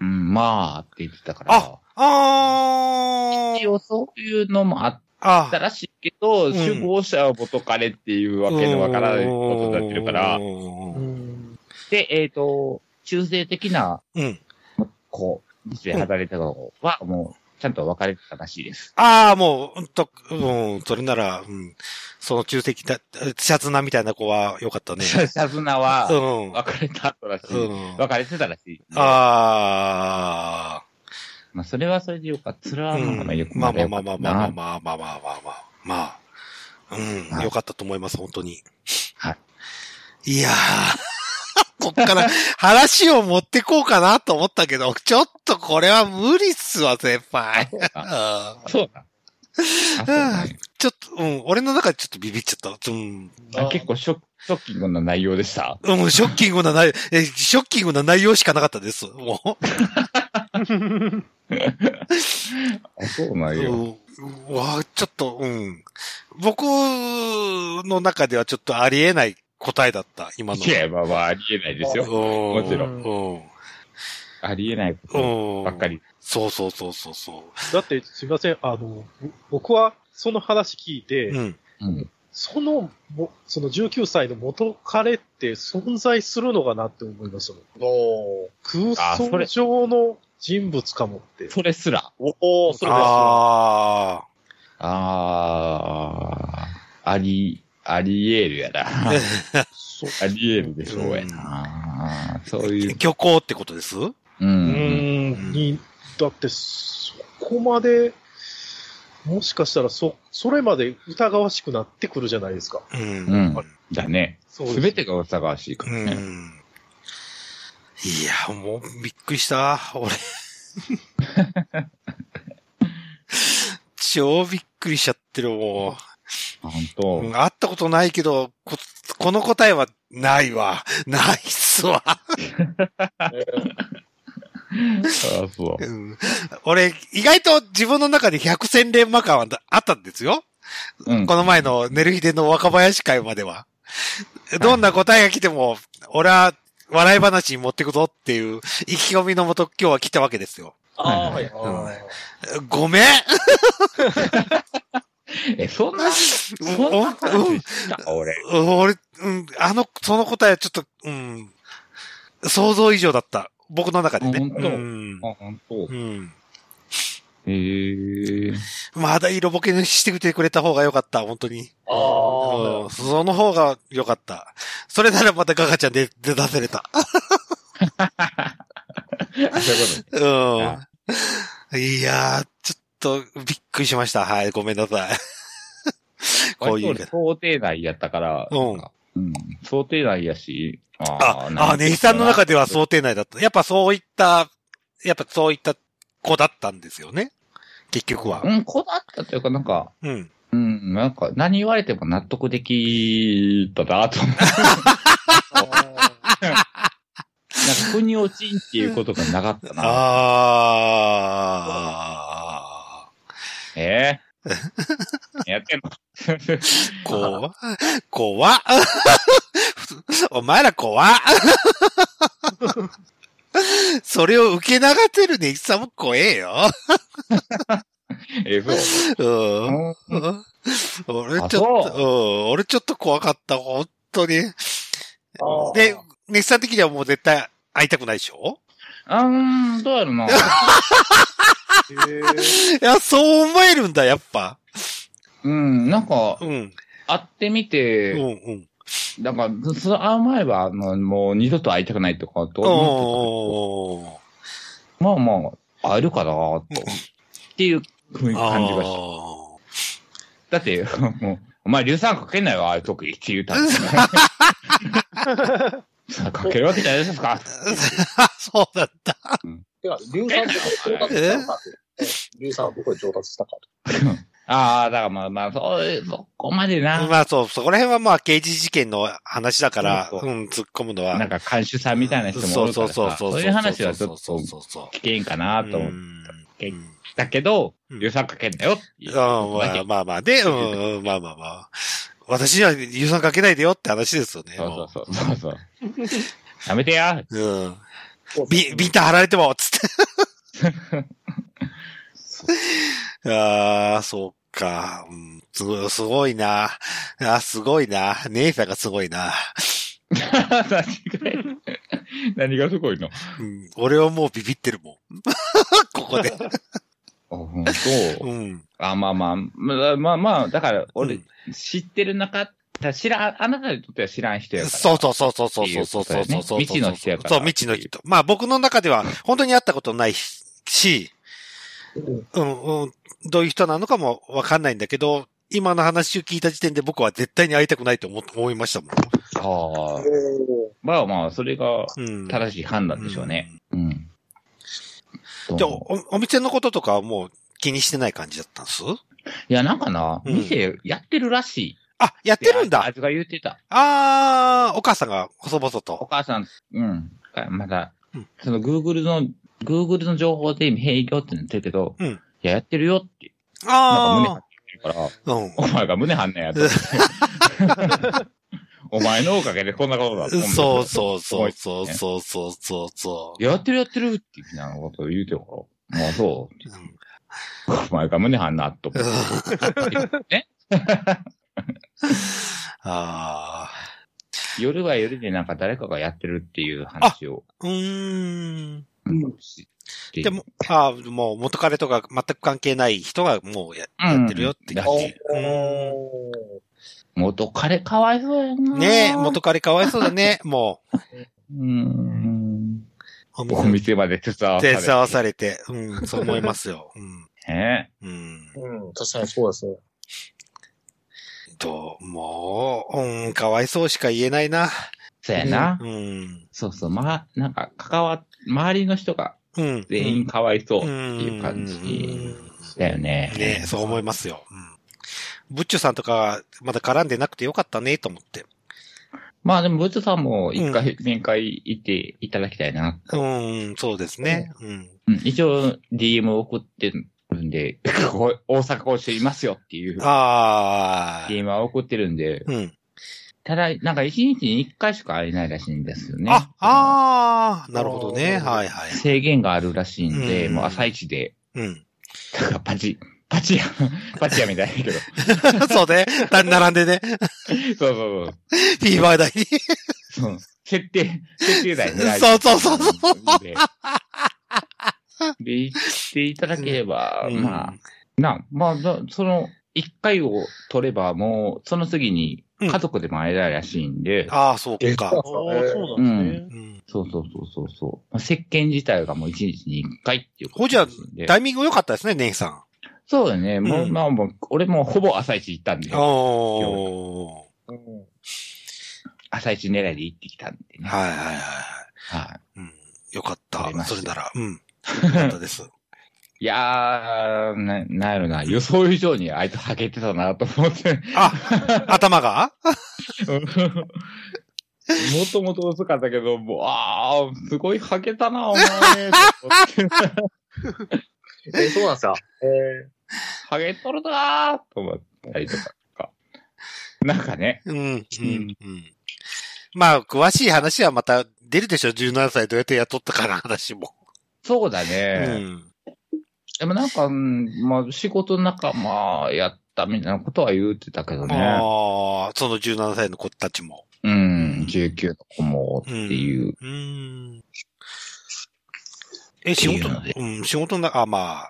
うん、まあって言ってたから、あ一ー。応そういうのもあっあたらしいけど、ん首謀者は元彼っていうわけのわからないことになってるからう、ん。で、えっ、と、中性的なうん。子、実際働いた子はもう、ちゃんと別れてたらしいです。あー、もう、うんと、うん、それなら、うん。その中的な、シャツナみたいな子は良かったね。シャズナうは、ん。別れた後らしい。うん。別れてたらしい。あまあ、それはそれでよかった。それー。はまあまあよくまあれまあまよかあまあまあったな。まあまあまあまあまあまあまあ。うん。はい良かったと思います、本当に。はい。いやー。 [LAUGHS] こっから話を持ってこうかなと思ったけど、ちょっとこれは無理っすわ、先輩。そううんだ。そうだ。あそうだねちょっと、うん、俺の中でちょっとビビっちゃった。うん。あ結構ショッショッキングな内容でした。うん、ショッキングな内容、え、ショッキングな内容しかなかったです。もう。あそうなんよ。うん、うわちょっと、うん。僕の中ではちょっとありえない答えだった、今の。いや、まあまあ、ありえないですよ。ももちろんありえないこうとん。ばっか。り。そうそうそうそうそう。だって、すみません、あの、ぼ僕はその話聞いて、うん。うん。その、もその19歳の元彼って存在するのかなって思いましたもん。おー空あそ想れ上の人物かもって。それすら。おー、それです。ああー、あり、ありえるやな。 [LAUGHS] あそうりえるでしょうやな。そうあいう。。虚構ってことですう。うんーん、に、だって、そこまで、もしかしたら、そ、それまで疑わしくなってくるじゃないですか。うん。ううんん。だね。そうですすべてが疑わしいからね。いや、もう、びっくりした。 [LAUGHS] 俺。超びっくりしちゃってる、もう。本当うん、会ったことないけど、こ、この答えはないわ。ないっすわ。あそうう。ん、俺、意外と自分の中で百戦錬磨感はあったんですよ。うん。この前の寝る日での若林会までは。どんな答えが来ても、俺は笑い話に持ってくぞっていう意気込みのもと今日は来たわけですよ。あー、ははい。いはいごめんえ、そんな、そんな話した俺。俺、うん、あの、その答えはちょっと、うん、想像以上だった。僕の中でね。あ本当うんあ、本当。うん。へえ。まだ色ボケにしてくれた方が良かった、本当に。あうあん。その方が良かった。それならまたガガちゃんで出出せれた。 [LAUGHS] あそういうこうん。いやー、ちょっとびっくりしました。はい、ごめんなさい。と。こういう割と俺想定内やったから、うんなんかうん想定内やし、あ、なんかあ、ネギさんの中では想定内だった。やっぱそういった、やっぱそういった子だったんですよね。結局は。うん、こだわったというか、なんか、うん。うん、なんか、何言われても納得できたなと思って、なんか、腑に落ちんっていうことがなかっ [LAUGHS] たな。あえ [LAUGHS] えやってんの [LAUGHS] ー。こわ、こわ。 [LAUGHS] お前らこわ。それを受け流せるネギさんも怖えよ。ええ、そう。うん。うんうん俺あちょっそと、うん、俺ちょっと怖かった、本当に。あーで、ネさん的にはもう絶対会いたくないでしょあーん、どう [LAUGHS] やろな。いや、そう思えるんだ、やっぱ。うん、なんかう、ん。会ってみうん、て、うん。なんか、その会う前は、あの、もう二度と会いたくないとか、とお思ってー。たけどまあまあ、会えるかな、と。っていう雰囲気感じがした。あだって、 [LAUGHS] もう、お前、硫酸かけないわ、あれ特にって言う [LAUGHS] たんですよね。さあかけるわけじゃないですか。ーそうだった。では、硫酸とか上達したのかって。硫酸はどこで上達したかと。ああ、だからまあまあ、そう、そこまでな、まあそう、そこら辺はまあ刑事事件の話だから、うそうそん、突っ込むのなんは。か監修さんみたいな人もおそうるかそうらさそうそう。そういう話はちょっそとうそうそう。危険かなと思っうんうんたけど、うん硫酸かけんなよっていううん、まあまあまあ、で、うん、うんまあまあまあ。私には硫酸かけないでよって話ですよね。そうそうそうそうそう。やめてや。うん。ビ、ビンタ貼られても、つ [LAUGHS] って。ああ、そうか。うん、すごい、すごいな。あーすごいな。姉さんがすごいな。何が何がすごいのうん、俺はもうビビって [LAUGHS] るもん。ここで。あ、ほんとうん。あ、まあまあ、まあまあまあ、だから、俺うん、知ってる中、だから知らん、あなたにとっては知らん人やから。そうそうそうそうそうそうそうそうっていことだよねうそう。未知の人やからそう、未知の人。まあ僕の中では本当に会ったことないし、うん、うん、どういう人なのかもわかんないんだけど、今の話を聞いた時点で僕は絶対に会いたくないと思思いましたもん。ああ。おーまあまあ、それがうん。正しい判断でしょうね。うん。うん。じゃあ、おお店のこととかはもう気にしてない感じだったんですいや、なんかな、うん店やってるらしい。あ、やってるんあだいつが言ってた。あー、お母さんが細々おと。母さん、うん。まだうん、その Google の、Google の情報で営業ってなってるけど、うんいや、やってるよって。なんか胸張あってるから、ー。うん。お前が胸張んね [LAUGHS] やと思って。お前のおかげでこんなことだと思ってそうそうそうそうそうそうそうそ。やってるやってるってみたいなこと言うてるから。まあそううんう。お前が胸張んな、[LAUGHS] と思って。あ夜は夜でなんか誰かがやってるっていう話をあ。うーん。うんしでも、あーもう元彼とか全く関係ない人がもうや,、うんってるよってら感しじい。おー元彼かわいそうやな。ねえ、元彼かわいそうだね、もうーん。う。お店まで手伝わされ手て。伝わされて、うん、そう思いますよ。ねうん。うん。うん、確かにそうですね。どうもう、うん、かわいそうしか言えないな。そうやなう。ん。そうそう。ま、なんか、関わ、周りの人がうん。、全員かわいそううんっていう感じうんだよね。ねえ、そう思いますよ。うん。ブッチョさんとか、まだ絡んでなくてよかったね、と思って。まあでも、ブッチョさんも一回面会行っていただきたいな。うん、そうですね。うん。うん一応、DM 送ってるんで、ここ大阪を知りますよっていう。ああ。 DM は送ってるんで、うん。ただ、なんか一日に一回しか会えないらしいんですよね。あ、ああ、なるほどね。うんはいはい。制限があるらしいんで、うんもう朝一で、うん。 [LAUGHS] なんかパチ、パチや、パチやみたいだけど。そうね。た並んでね。そうそうフィーバー台に。そう。そう設定、設定台に。そうそうそうそう。で、で行っていただければ、うんまあ、な、まあ、だその、一回を取ればもう、その次に家族でも会えないらしいんで、ああ、そうあかあ、。そううなんんですね。うん。そうそうそうそうそう。まあ、石鹸自体がもう一日に一回っていうことらしいんでタイミング良かったですね、ネイさん。そうだね。もうう、んまあもう、俺もほぼ朝一行ったんで、おー。うん。朝一狙いで行ってきたんでね。はいはいはいはい。はうん。よかっ取れまた。そしたれなら。うん。よかったです。い。いやー、な、なんやろな、予想以上にあいつハゲてたなと思 [LAUGHS] って。あ、頭がもともと薄かったけど、もう、あー、すごいハゲたな、お前。と思ってえそうなんですか。えハゲとるなーと思ったりとか。なんかね、うん。うん。ううんん。まあ、詳しい話はまた出るでしょ ?17 歳どうやって雇ったかの話も。そうだうね。ん。でもなんか、うんまあ、仕事仲間やったみたいなことは言ってたけどね。ああ、その17歳の子たちも。うん、19の子もっていう。うん。え、て仕いう事のでうん、仕事な、あ、ま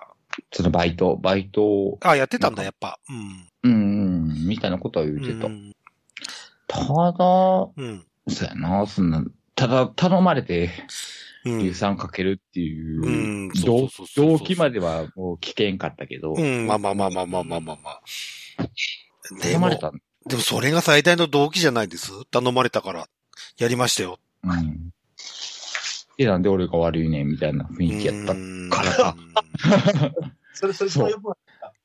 そのバイト、バイトを、あ、あ、やってたんだ、なやっぱ。うん。うん、うんみたいなことは言っうてた。ん。ただ、そうん。うやな、そんな、ただ頼まれて、う硫ん。酸かけるっていう、うんそう動そうそうそう動機まではもう危険かったけど、うん、まあまあまあまあまあまあまあまあ。で頼もまれ、たんでもそれが最大の動機じゃないです。頼まれたから、やりましたよ。うん。で、なんで俺が悪いねんみたいな雰囲気やった。からから。それ、それ、それ、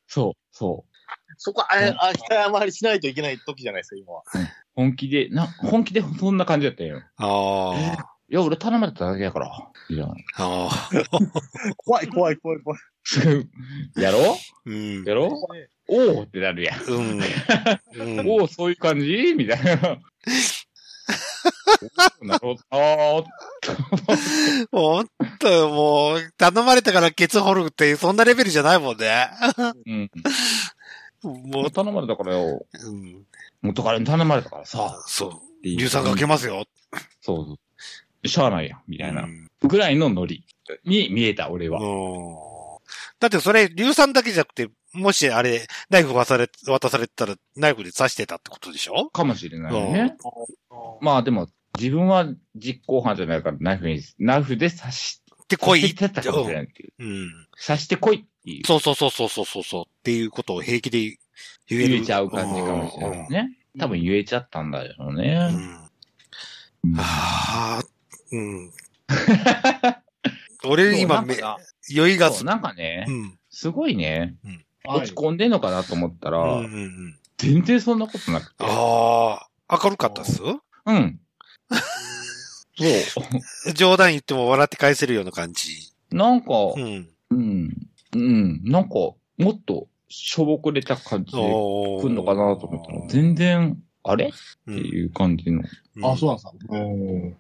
そう、そう。そこは、あや、あ、控え回りしないといけない時じゃないですか、今は。本気で、な、本気でそんな感じだったよ。ああ。いや、俺頼まれただけやから。いや、 [LAUGHS] ああ。怖い、怖い、怖い、怖い。やろうん。やろおおってなるやん。うん。うんおお、そういう感じみたいな。なるほど。あ本当よもう、頼まれたからケツ掘るって、そんなレベルじゃないもんね。うん。も頼まれたからよ。う、うん、元彼に頼まれたからさ。そう。硫酸かけますよ。そうそう。しゃあないやん。みみたいな。ぐらいのノリに見えた、俺は。うんだってそれ、硫酸だけじゃなくて、もしあれ、ナイフ渡され、渡されてたら、ナイフで刺してたってことでしょかもしれないよね。あまあでも、自分は実行犯じゃないから、ナイフに、ナイフで刺し、って来刺しい。てたかもしれないっていう。うん。刺してこいっていう。そうそうそうそうそうそうそう。っていうことを平気で言える。言えちゃう感じかもしれないね。多分言えちゃったんだようん。うね。んうんはあ、うん。俺そ今うなんめ、か酔いながそすう、なんかねう、ん。すごいね、はい落ち込んでんのかなと思ったうんうらん、うん。全然そんなことなくて。ああ、明るかったっす [LAUGHS] うん。そう。冗談言っても笑って返せるような感じ。なんか、うん。うん。うん。なんか、もっとしょぼくれた感じでお来んのかなと思ったら、全然、あれっていう感じの。あ、そううなんですか。うん。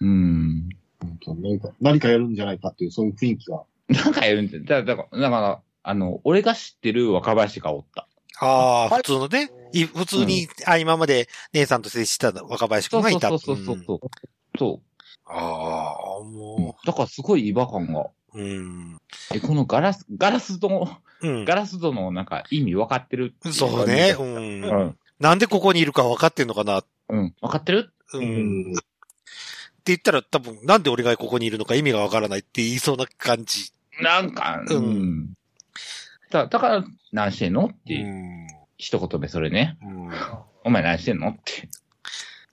うん。本当何か、何かやるんじゃないかっていう、そういう雰囲気が。 [LAUGHS] なんかやるんだよ。だから、だから、あの、俺が知ってる若林がおった。ああ、普通のね。い普通に、あ、今まで姉さんと接した若林くそんうがいた。そうそうそううんそう。そああ、う。もだからすごい違和感が。う。うん。え、このガラス、ガラス戸の、うん。ガラス戸のなんか意味分かってるっていそうね。う。感じうんん。なんでここにいるか分かってんのかな。うん。分かってるう。うっんて。言ったら多分、なんで俺がここにいるのか意味が分からないって言いそうな感じ。なんか、うんん。だだから、何してんのっていう、ん。一言目それね。うんお前何してんのって。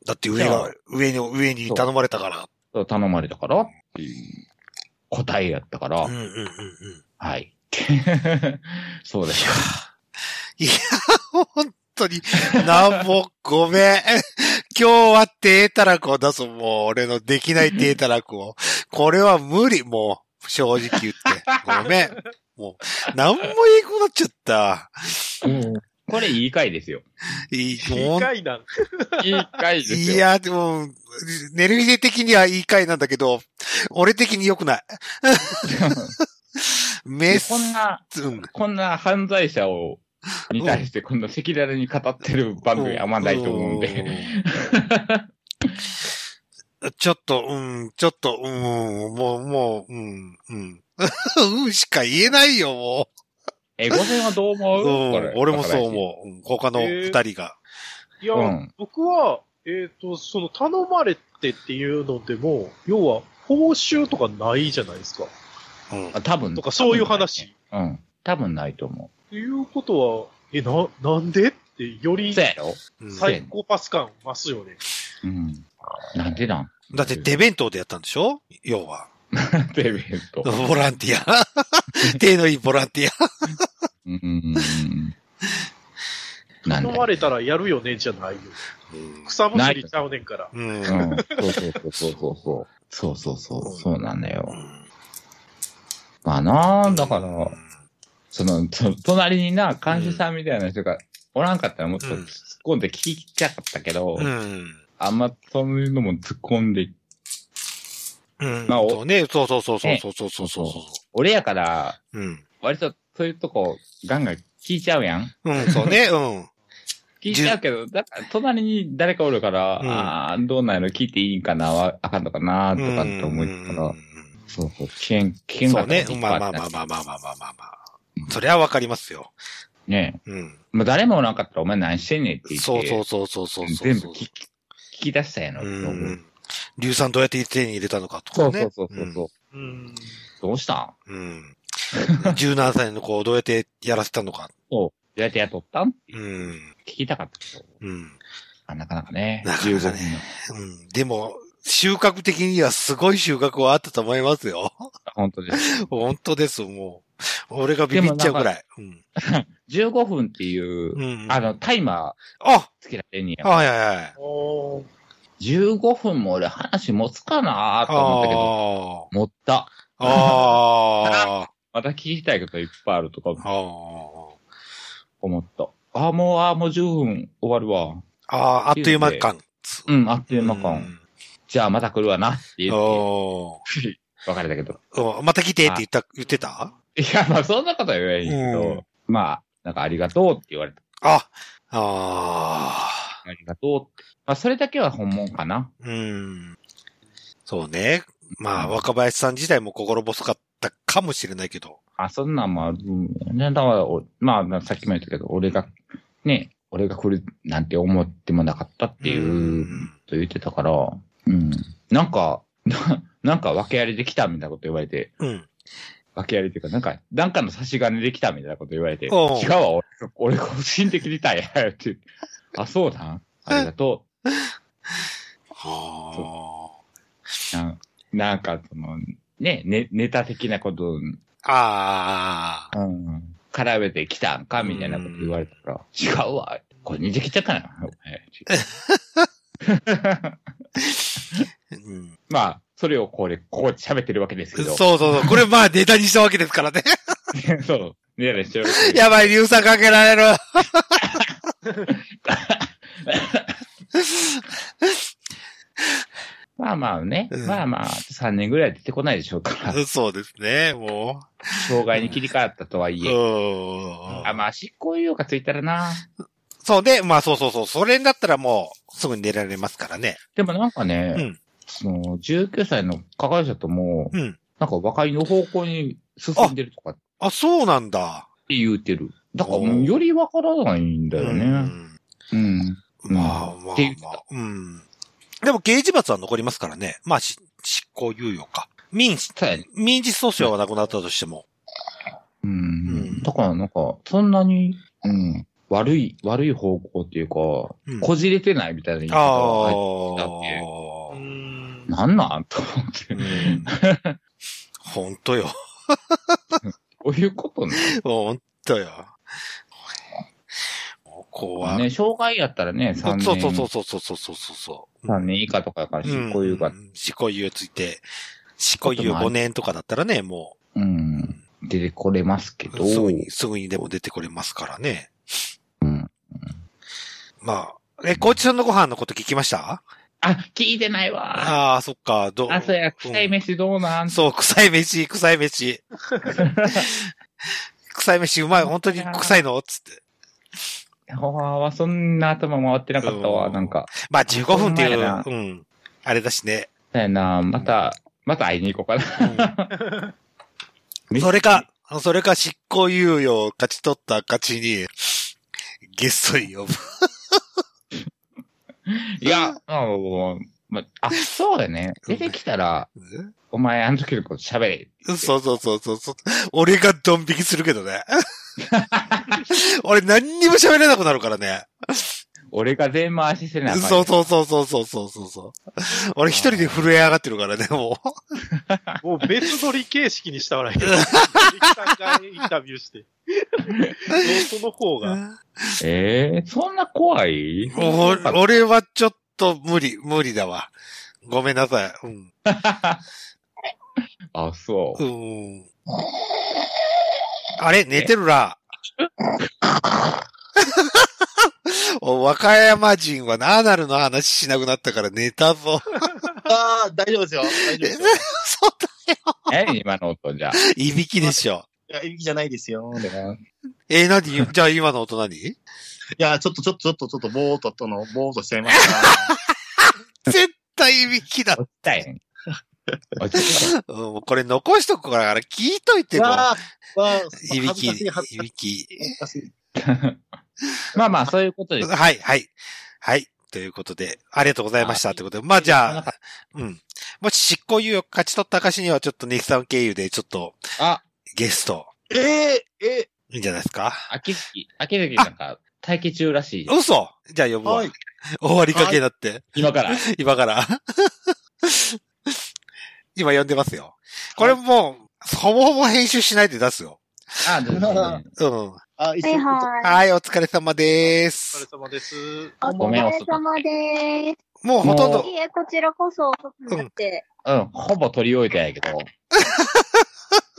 だって上じが、上に、上に頼まれたから。そう頼まれたからっていう答えやったから、うんうんうんうん。はい。 [LAUGHS] そうだよ。いや、本当に、なんも、ごめん。 [LAUGHS] 今日は低たらくを出す、もう、俺のできない低たらくを。これは無理、もう、正直言って。ごめん。もう、なんもいいくなっちゃった。うん。これいい回ですよ。いい、ーも機う、械なんていい回ですよ。いや、でも、ネルミネ的にはいい回なんだけど、俺的に良く [LAUGHS] ない。メッこんな、うんこんな犯罪者を、に対してこんな赤裸々に語ってる番組あんまないと思うんで。うん。ちょっと、うん、ちょっと、うん、もう、もう、うん、うん。 [LAUGHS] うんしか言えないよ、もえ、午前はどう思う。うこうんれ、俺もそう思う。うん他の二人が。いや、うん僕は、えっ、と、その、頼まれてっていうのでも、要は、報酬とかないじゃないですか。うんあ。多分。とか、そういう話。うん。多分ないと思っていうことは、え、な、なんでって、よう。り、そうやろうんはサいイコパス感増すよね。うん。なんでなん [LAUGHS] だって、デベントでやったんでしょ要は。ベベンと。ボランティ [LAUGHS] ア。手のいいボランティア。うんうんうん。なん頼でまれたらやるよね、じゃないよ。草むしりちゃうねんから。うん。ううんんそうそうそうそうそう。そうそうそう。そうなんだよ。まあなあ、だから、その、と隣にな、監視さんみたいな人がおらんかったらもっとうん突っ込んで聞きたかったけど、うん。あんまそういうのも突っ込んで、うん。まあおそうね。そうそうそうそうそうそうそうそうそ俺やから、う。うん。割とそういうとこガンガン聞いちゃうやん。うん、そうね。うん。聞いちゃうけど、だから隣に誰かおるから、うんああ、どうなる聞いていいんかな、わあかんのか [LAUGHS] な、とかって思いたうらん、そうそう、危険、危険そがうね。まあまあまあまあまあまあまあまあまあ。そりゃわかりますよ。ねうん。まあ誰もおらんかったらお前何してんねんって言って、そうそうそうそうそうそう。全部聞き聞き出したやう。ろ、と思うん硫酸どうやって手に入れたのかとそかうそねう。そうそうそう。うん。どうしたんうん。17歳 [LAUGHS] の子をどうやってやらせたのか。そう。どうやって雇ったんうん。聞きたかったけどうん。あなかなかね。なかなかね15分のうん。でも、収穫的にはすごい収穫はあったと思いますよ。本当です。本当です、もう。俺がビビっちゃうぐらい。うん。 15分っていう、うん。あの、タイマーあつけられんねや。はいはいはい。おー15分も俺話持つかなーと思ったけど、あ持った。あ。ああ。また聞きたいこといっぱいあるとかああ。思った。あー、もう、あー、もう10分終わるわ。ああ、あっという間感。うん、あっというう間か。じゃあまた来るわなって言ん。って、お [LAUGHS] 別れたけど。ーうんまた来てって言った、言ってた [LAUGHS] いや、まあそんなことは言えないけうど、まあ、なんかありがとうって言われた。あ、ああ。ありがとうって。まあそれだけは本物かな。うん。そうね。まあ、若林さん自体も心細かったかもしれないけど。あ、そんなんもあるんやね。だからお、まあな、さっきも言ったけど、俺が、ね、俺が来るなんて思ってもなかったっていううんと言ってたから、うん。なんか、 [LAUGHS] ななんか訳ありできたみたいなこと言われて、うん。訳ありっていうか、なんか、なんかの差し金できたみたいなこと言われて、違うおうわ、俺、俺個人的にたいや、って。あ、そうなんありがとあう。なんなんか、その、ね、ね、ネタ的なことあ。ああ。うん絡めてきたんかみたいなこと言われたから、違うわ。これ似てきたかなお前うんまあ、それをこれ、ここで喋ってるわけですけど。そうそうそう。これまあネタにしたわけです [LAUGHS] からね。う。 [LAUGHS] そう。ねえ、してるわけですやばい、硫酸かけられる。まあまあね。うんまあまあ、3年ぐらい出てこないでしょうか [LAUGHS] ら。そうですね、も障害に切り替わったとはう。いうえ。んあ、まあ、執行猶予がついたらな。そうね、まあそうそうそう。それだったらもう、すぐに寝られますからね。でもなんかね、うんその、19歳の加害者とも、うん。なんか和解の方向に進んでるとかってあ、そうなんだ。言うてる。だからもう、よりわからないんだようね。んうん。まあまあって言ってまあた。うん。でも刑事罰は残りますからね。まあ、し執行猶予か。民事、そうやね。民事訴訟はなくなったとしても。うん。んだからなんか、そんなに、うん。悪い、悪い方向っていうか、うんこじれてないみたいな言いあ方が入っあだってうーん。なんなんと思って。うどん。 [LAUGHS] ほんとよ。ういうことね。ほんとよ。ここは。ね、障害やったらね、そ3う年。そうそうそうそうそうそうそう。 3年以下とかやから執行猶予が、うん。執行猶予ついて、執行猶予5年とかだったらね、もうん、出てこれますけどう、、すぐに、すぐにでも出てこれますからね。うん。まあ、え、コーチさんのご飯のこと聞きましたあ、聞いてないわ。ああ、そっか、どうあ、そうや、臭い飯どうなんそう、臭い飯、臭い [LAUGHS] 飯。臭い飯うまい、本当に臭いのつって。ああ、そんな頭回ってなかったわ、うんなんか。まあ、15分っていほんまやうな、うん。あれだしね。そうやな、また、また会いに行こうかな。それか、それか執行猶予を勝ち取った勝ちに、ゲストに呼ぶ。いや、あの、ま、あ、そうだね。出てきたら、お前あの時のこと喋れ。そうそうそうそうそう。俺がドン引きするけど [LAUGHS] ね。俺何にも喋れなくなるからね。俺が全回しせなあかんそうそうそうそうそうそうそうそう。俺一人で震え上がってるからね、もう。もう別撮り形式にしたわらいい。さんがインタビューして。その方が。ええそんな怖いもう俺はちょっと無理、無理だわ。ごめんなさい。うん。あ、そうう。ん。あれ寝てる [LAUGHS] な。お和歌山人はナーナルの話しなくなったから寝たぞ。ああ、大丈夫ですよ。大丈夫ですよ。そうだ。何今の音じゃ。いびきでし [LAUGHS] ょ。いや、いびきじゃないですよ。だからいえー、何じゃあ今の音何や、ちょっと、ちょっと、ちょっと、ちょっと、ぼーっと、との、ぼーっとしちゃいました。絶対いびきだ。落ちたやん。落ちた。うん、これ残しとくから聞いといても。わあ、わあ、いびき、恥ずかしいびき。恥ずかしい。まあまあ、そういうことです。はい、はい。はい。ということで、ありがとうございました。ということで、まあじゃあ、うん。もし執行猶予勝ち取った証には、ちょっとネキさん経由で、ちょっとあ、ゲスト、えええいいんじゃないですか。秋月、秋月なんか、待機中らしい。嘘じゃあ呼ぶーわ。はい。終わりかけだって。今から。今から。 [LAUGHS] 今呼んでますよ。これもう、ほぼほぼ編集しないで出すよ。あ、どうぞうん。あ、一は応い、ははい、お疲れ様でお疲れす。様です。い。ごめんお疲れ様でもうほとんもどす。、いえ、こちらこそ遅くなって。うん、ほぼ取り終えたんやけど。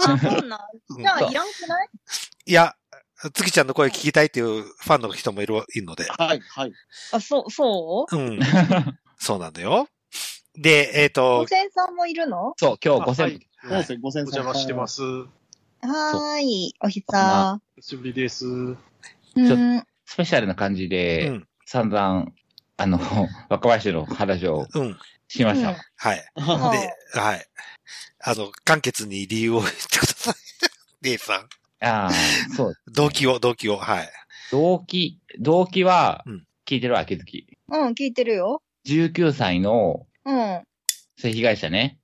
あ、そうなん。うんじゃあ、いらんくないいや、月ちゃんの声聞きたいっていうファンの人もいる、いるので。はい、はい。あ、そう、そううん。そうなんだよ。で、えっ、おと、せさんもいるのそう、今日あ五は千いごめんなさいごお先生。。邪魔してますす。はーい。おひさ久しぶりです。ー。ちょうん。スペシャルな感じうで、ん、散々、あの、 [LAUGHS] 若林の話をうん、しましうんた。はい。あーで、はい。あの、簡潔に理由を言ってください。姉さん。ああ、そう。動機を、動機を、はい。動機、動機はうん、聞いてるわ、秋月。うん、聞いてるよ。 19歳のうん。うん性被害者ね。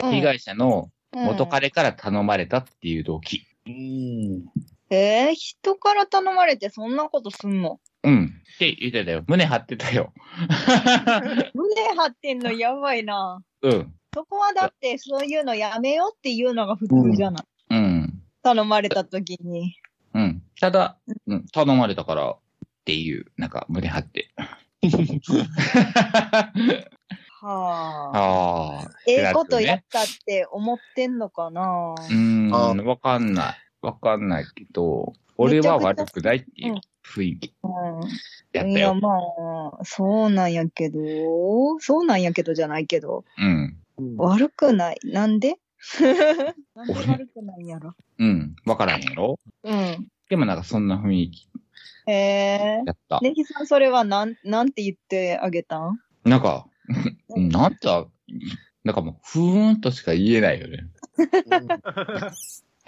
被害者の元うん彼から頼まれたっていう動機。うん。えー、人から頼まれてそんなことすんのうん。って言ってたよ。胸張ってたよ。胸張ってんのやばいな。うん。そこはだって、そういうのやめようっていうのが普通じゃない。うん。頼まれた時に。うん。ただ、うん、頼まれたからっていう、なんか胸張 [LAUGHS] って。はあ。ああ。ええことやったって思ってんのかなうーん、あわかんない。わかんないけど、俺は悪くないっていう雰囲気うん。やっいたや、よ。まあ、そうなんやけど、そうなんやけどじゃないけど、うん。悪くない。なんで [LAUGHS] なんで悪くないんやろ。うん。わからんやろうん。でもなんかそんな雰囲気へえやったー。。ネギさん、それはなん、なんて言ってあげたんなん [LAUGHS] か、なんか、なんかもう、ふーんとしか言えないよね。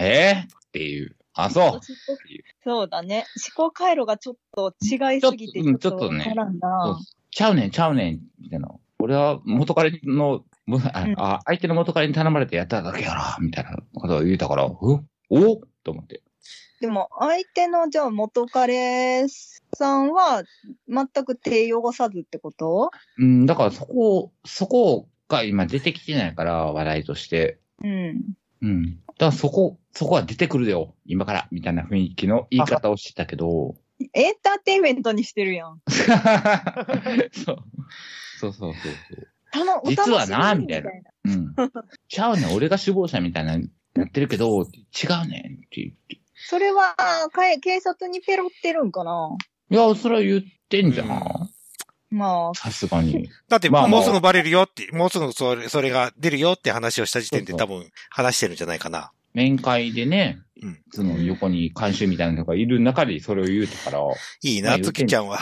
えー、っていう。あ、そう。そうだね。思考回路がちょっと違いすぎて、ちょっとうんわからんな。ちゃうねん、ちゃうねん、みたいな。俺は元彼の、もあうんあ相手の元彼に頼まれてやっただけやろ、みたいなことを言うたから、うおおと思って。でも、相手の、じゃあ、元彼さんは、全く手汚さずってことうん、だからそこ、そこが今出てきてないから、話題として。うん。うん。だからそこ、そこは出てくるよ、今から、みたいな雰囲気の言い方をしてたけど。エンターテインメントにしてるやん。そう [LAUGHS] そうそうそうそう。たの実はなお楽しみみたいなうん。ちゃうねん、俺が首謀者みたいな、やってるけど、違うねんって言って。それは、かえ警察にペロってるんかないや、それは言ってんじゃうんん。まあ、さすがに。だって、まあまあもうすぐバレるよって、もうすぐそれ、それが出るよって話をした時点でそう多そ分話してるんじゃないかな。面会でね、うんその横に監修みたいなのがいる中でそれを言うたから、いいまな、 [LAUGHS] あ言うて月んちゃんは。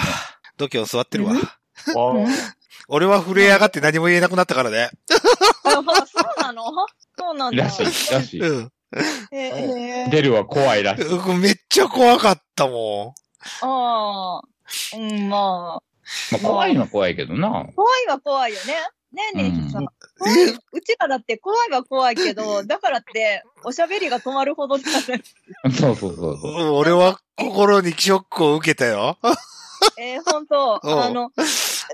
度胸座ってるわう。ん俺は震え上がって何も言えなくなったからね。あそうなのそうなんだ。らしい、らしい。うん。ええー出るは怖いらしい。うんめっちゃ怖かったもああ。うん、まあ。まあ、怖いのは怖いけどな。怖いは怖いよね。ねえ、ねえひさん。怖いいうちらだって怖いは怖いけど、だからって、おしゃべりが止まるほどじゃない。そうそうそうそん。う。うん俺は心にショックを受けたよ。えー、ほん [LAUGHS] と、うんあの、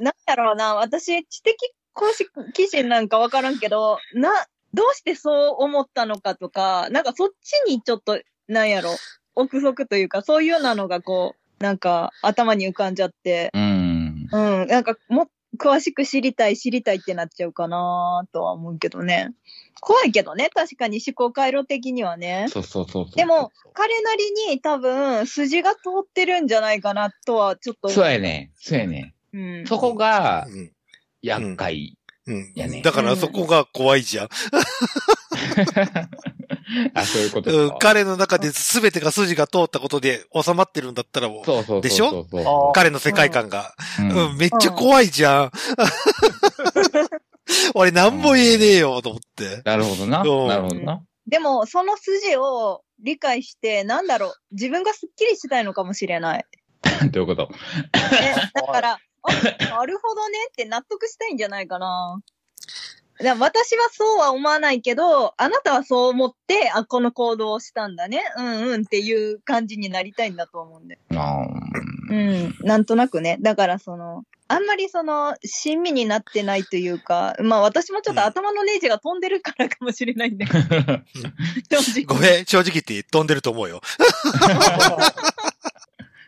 なんだろうな、私、知的好奇基準なんかわからんけど、な、どうしてそう思ったのかとか、なんかそっちにちょっと、なんやろ、憶測というか、そういうようなのがこう、なんか頭に浮かんじゃって、うん。うん、なんかもっ詳しく知りたい、知りたいってなっちゃうかなとは思うけどね。怖いけどね、確かに思考回路的にはね。そうそうそうそう。でも、彼なりに多分、筋が通ってるんじゃないかなとは、ちょっと。そうやね。そうやね。うん。そこがうん。厄介。 [LAUGHS] うんやねだからそこが怖いじゃん。あ、そういうことうんか。彼の中で全てが筋が通ったことで収まってるんだったらもう、そうそうそうそう。でしょそうそうあそ彼の世界観が。うううんん。めっちゃ怖いじゃん。俺なんも言えねえよ、と思って。なるほどうな。んなるほどな。でも、その筋を理解して、なんだろう、自分がスッキリしたいのかもしれ [LAUGHS] ない。どういうことね、だから、あ、なるほどねって納得したいんじゃないかな。だから私はそうは思わないけど、あなたはそう思って、あ、この行動をしたんだね。うんうんっていう感じになりたいんだと思うんで。あうーん。なんとなくね。だからその、あんまりその、親身になってないというか、まあ私もちょっと頭のネジが飛んでるからかもしれないん [LAUGHS] だけど、正直ごめん、正直言って飛んでると思うよ。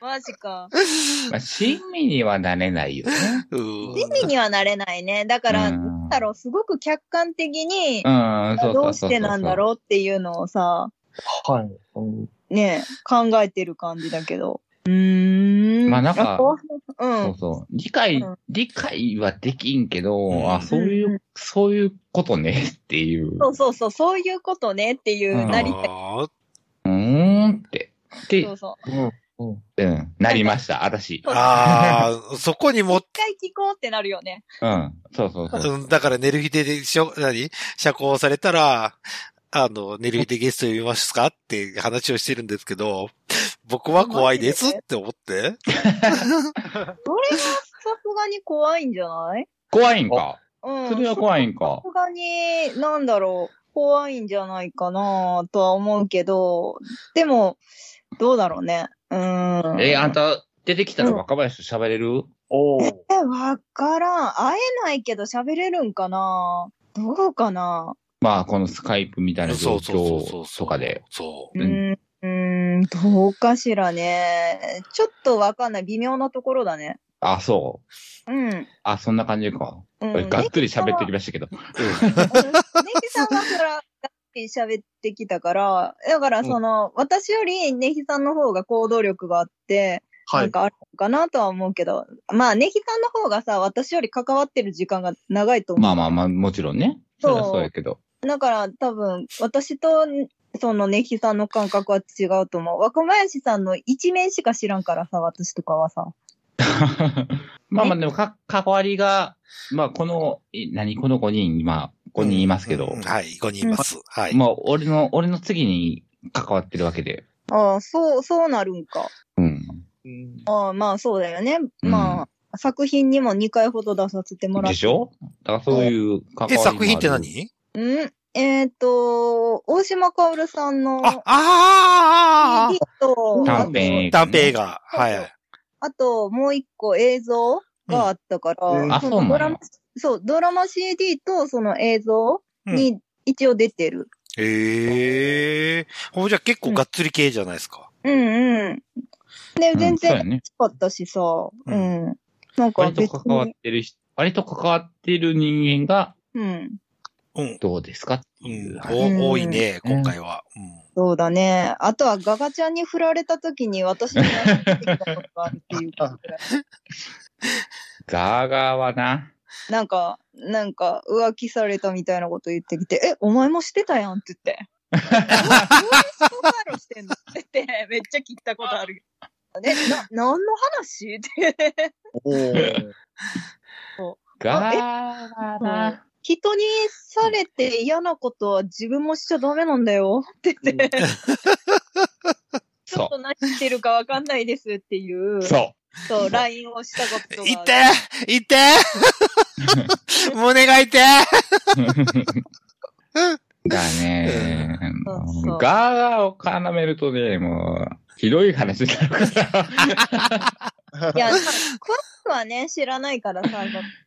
マジか。まあ、親身にはなれないよね。うん意味にはなれないね。だから、うんなんだろう、すごく客観的にう、ん、そうそうそうそう。どうしてなんだろうっていうのをさ、はい。うんね、考えてる感じだけど。うーん。まあなんか怖い、う。そうんそう。理解、うん理解はできんけど、うんあ、そういう、うんそういうことねっていう。そうそうそう、そういうことねっていう、うんなりたい。あーうーんって。でそう、そう。うん。うん、なりました、私。あー、そこにも、一回聞こうってなるよね。うん、そうそうそう。うんだから寝る日で、しょ、何社交されたら、あの、寝る日でゲスト呼びますかって話をしてるんですけど、僕は怖いですって思って。それがさすがに怖いんじゃない怖いんか。うん。それは怖いんかさ。すがに、なんだろう、怖いんじゃないかなとは思うけど、でも、どうだろうね。うーん。えーあんた、出てきたら若林と喋れる、おーえ、わからん。会えないけど喋れるんかなどうかなまあ、このスカイプみたいな状況とかで。。そううんーん、どうかしらね。ちょっとわかんない。微妙なところだね。あ、そう。うん。あ、そんな感じか。うん。がっつり喋ってきましたけど。うんネヒさんはそら、がっつり喋ってきたから、だからその、私よりネヒさんの方が行動力があって、はなんい。かあるのかなとは思うけど、まあ、ネヒさんの方がさ、私より関わってる時間が長いと思う。まあまあまあ、もちろんね。そりゃそうやけど。だから多分、私と、そのネヒさんの感覚は違うと思う。若林さんの一面しか知らんからさ、私とかはさ。まあまあ、でもか、関わりが、まあ、この、い何、この5人、今、5人いますけど、うんはい、5人います。はい。まあ、俺の、俺の次に関わってるわけで。ああ、そう、そうなるんか。うん。うんああ、まあそうだよね。まあ、作品にも2回ほど出させてもらっでしょだからそういう関わりえ、もある作品って何うん。えっ、と、大島かおるさんのあ、あ CD と、あ短と編映あ画。短編映画。はい。あともう一個映像があったから、うんあそうなんやドラマ、そう、ドラマ CD とその映像に一応出てる。ええー。ほんじゃ結構がっつり系じゃないですか。うん、うん、で、うん全そう然やね。良かったしさ、うん。なんか割と別関わっに、てる人、割と関わってる人間がうん。うん。どうですかってう、いうん話。お多いね、今回は。そうだね。あとはガガちゃんに振られた時に私に会ってきたことがあるってい [LAUGHS] うか、ガーガーはな。なんか、なんか浮気されたみたいなこと言ってきて、え、お前もしてたやんって言って。どうやろしてんのってめっちゃ聞いたことあるよ。え、な、何の話って。おーが、だな。人にされて嫌なことは自分もしちゃダメなんだよって言って、ちょっそと何してるかわかんないですっていう、う。そ。そう、LINE をしたことが。痛って痛って胸が痛いう [LAUGHS] がね、そうもうそガーうガーを絡めるとね、もう、ひどい話になるから。いや、まあ詳しくはね、知らないからさ、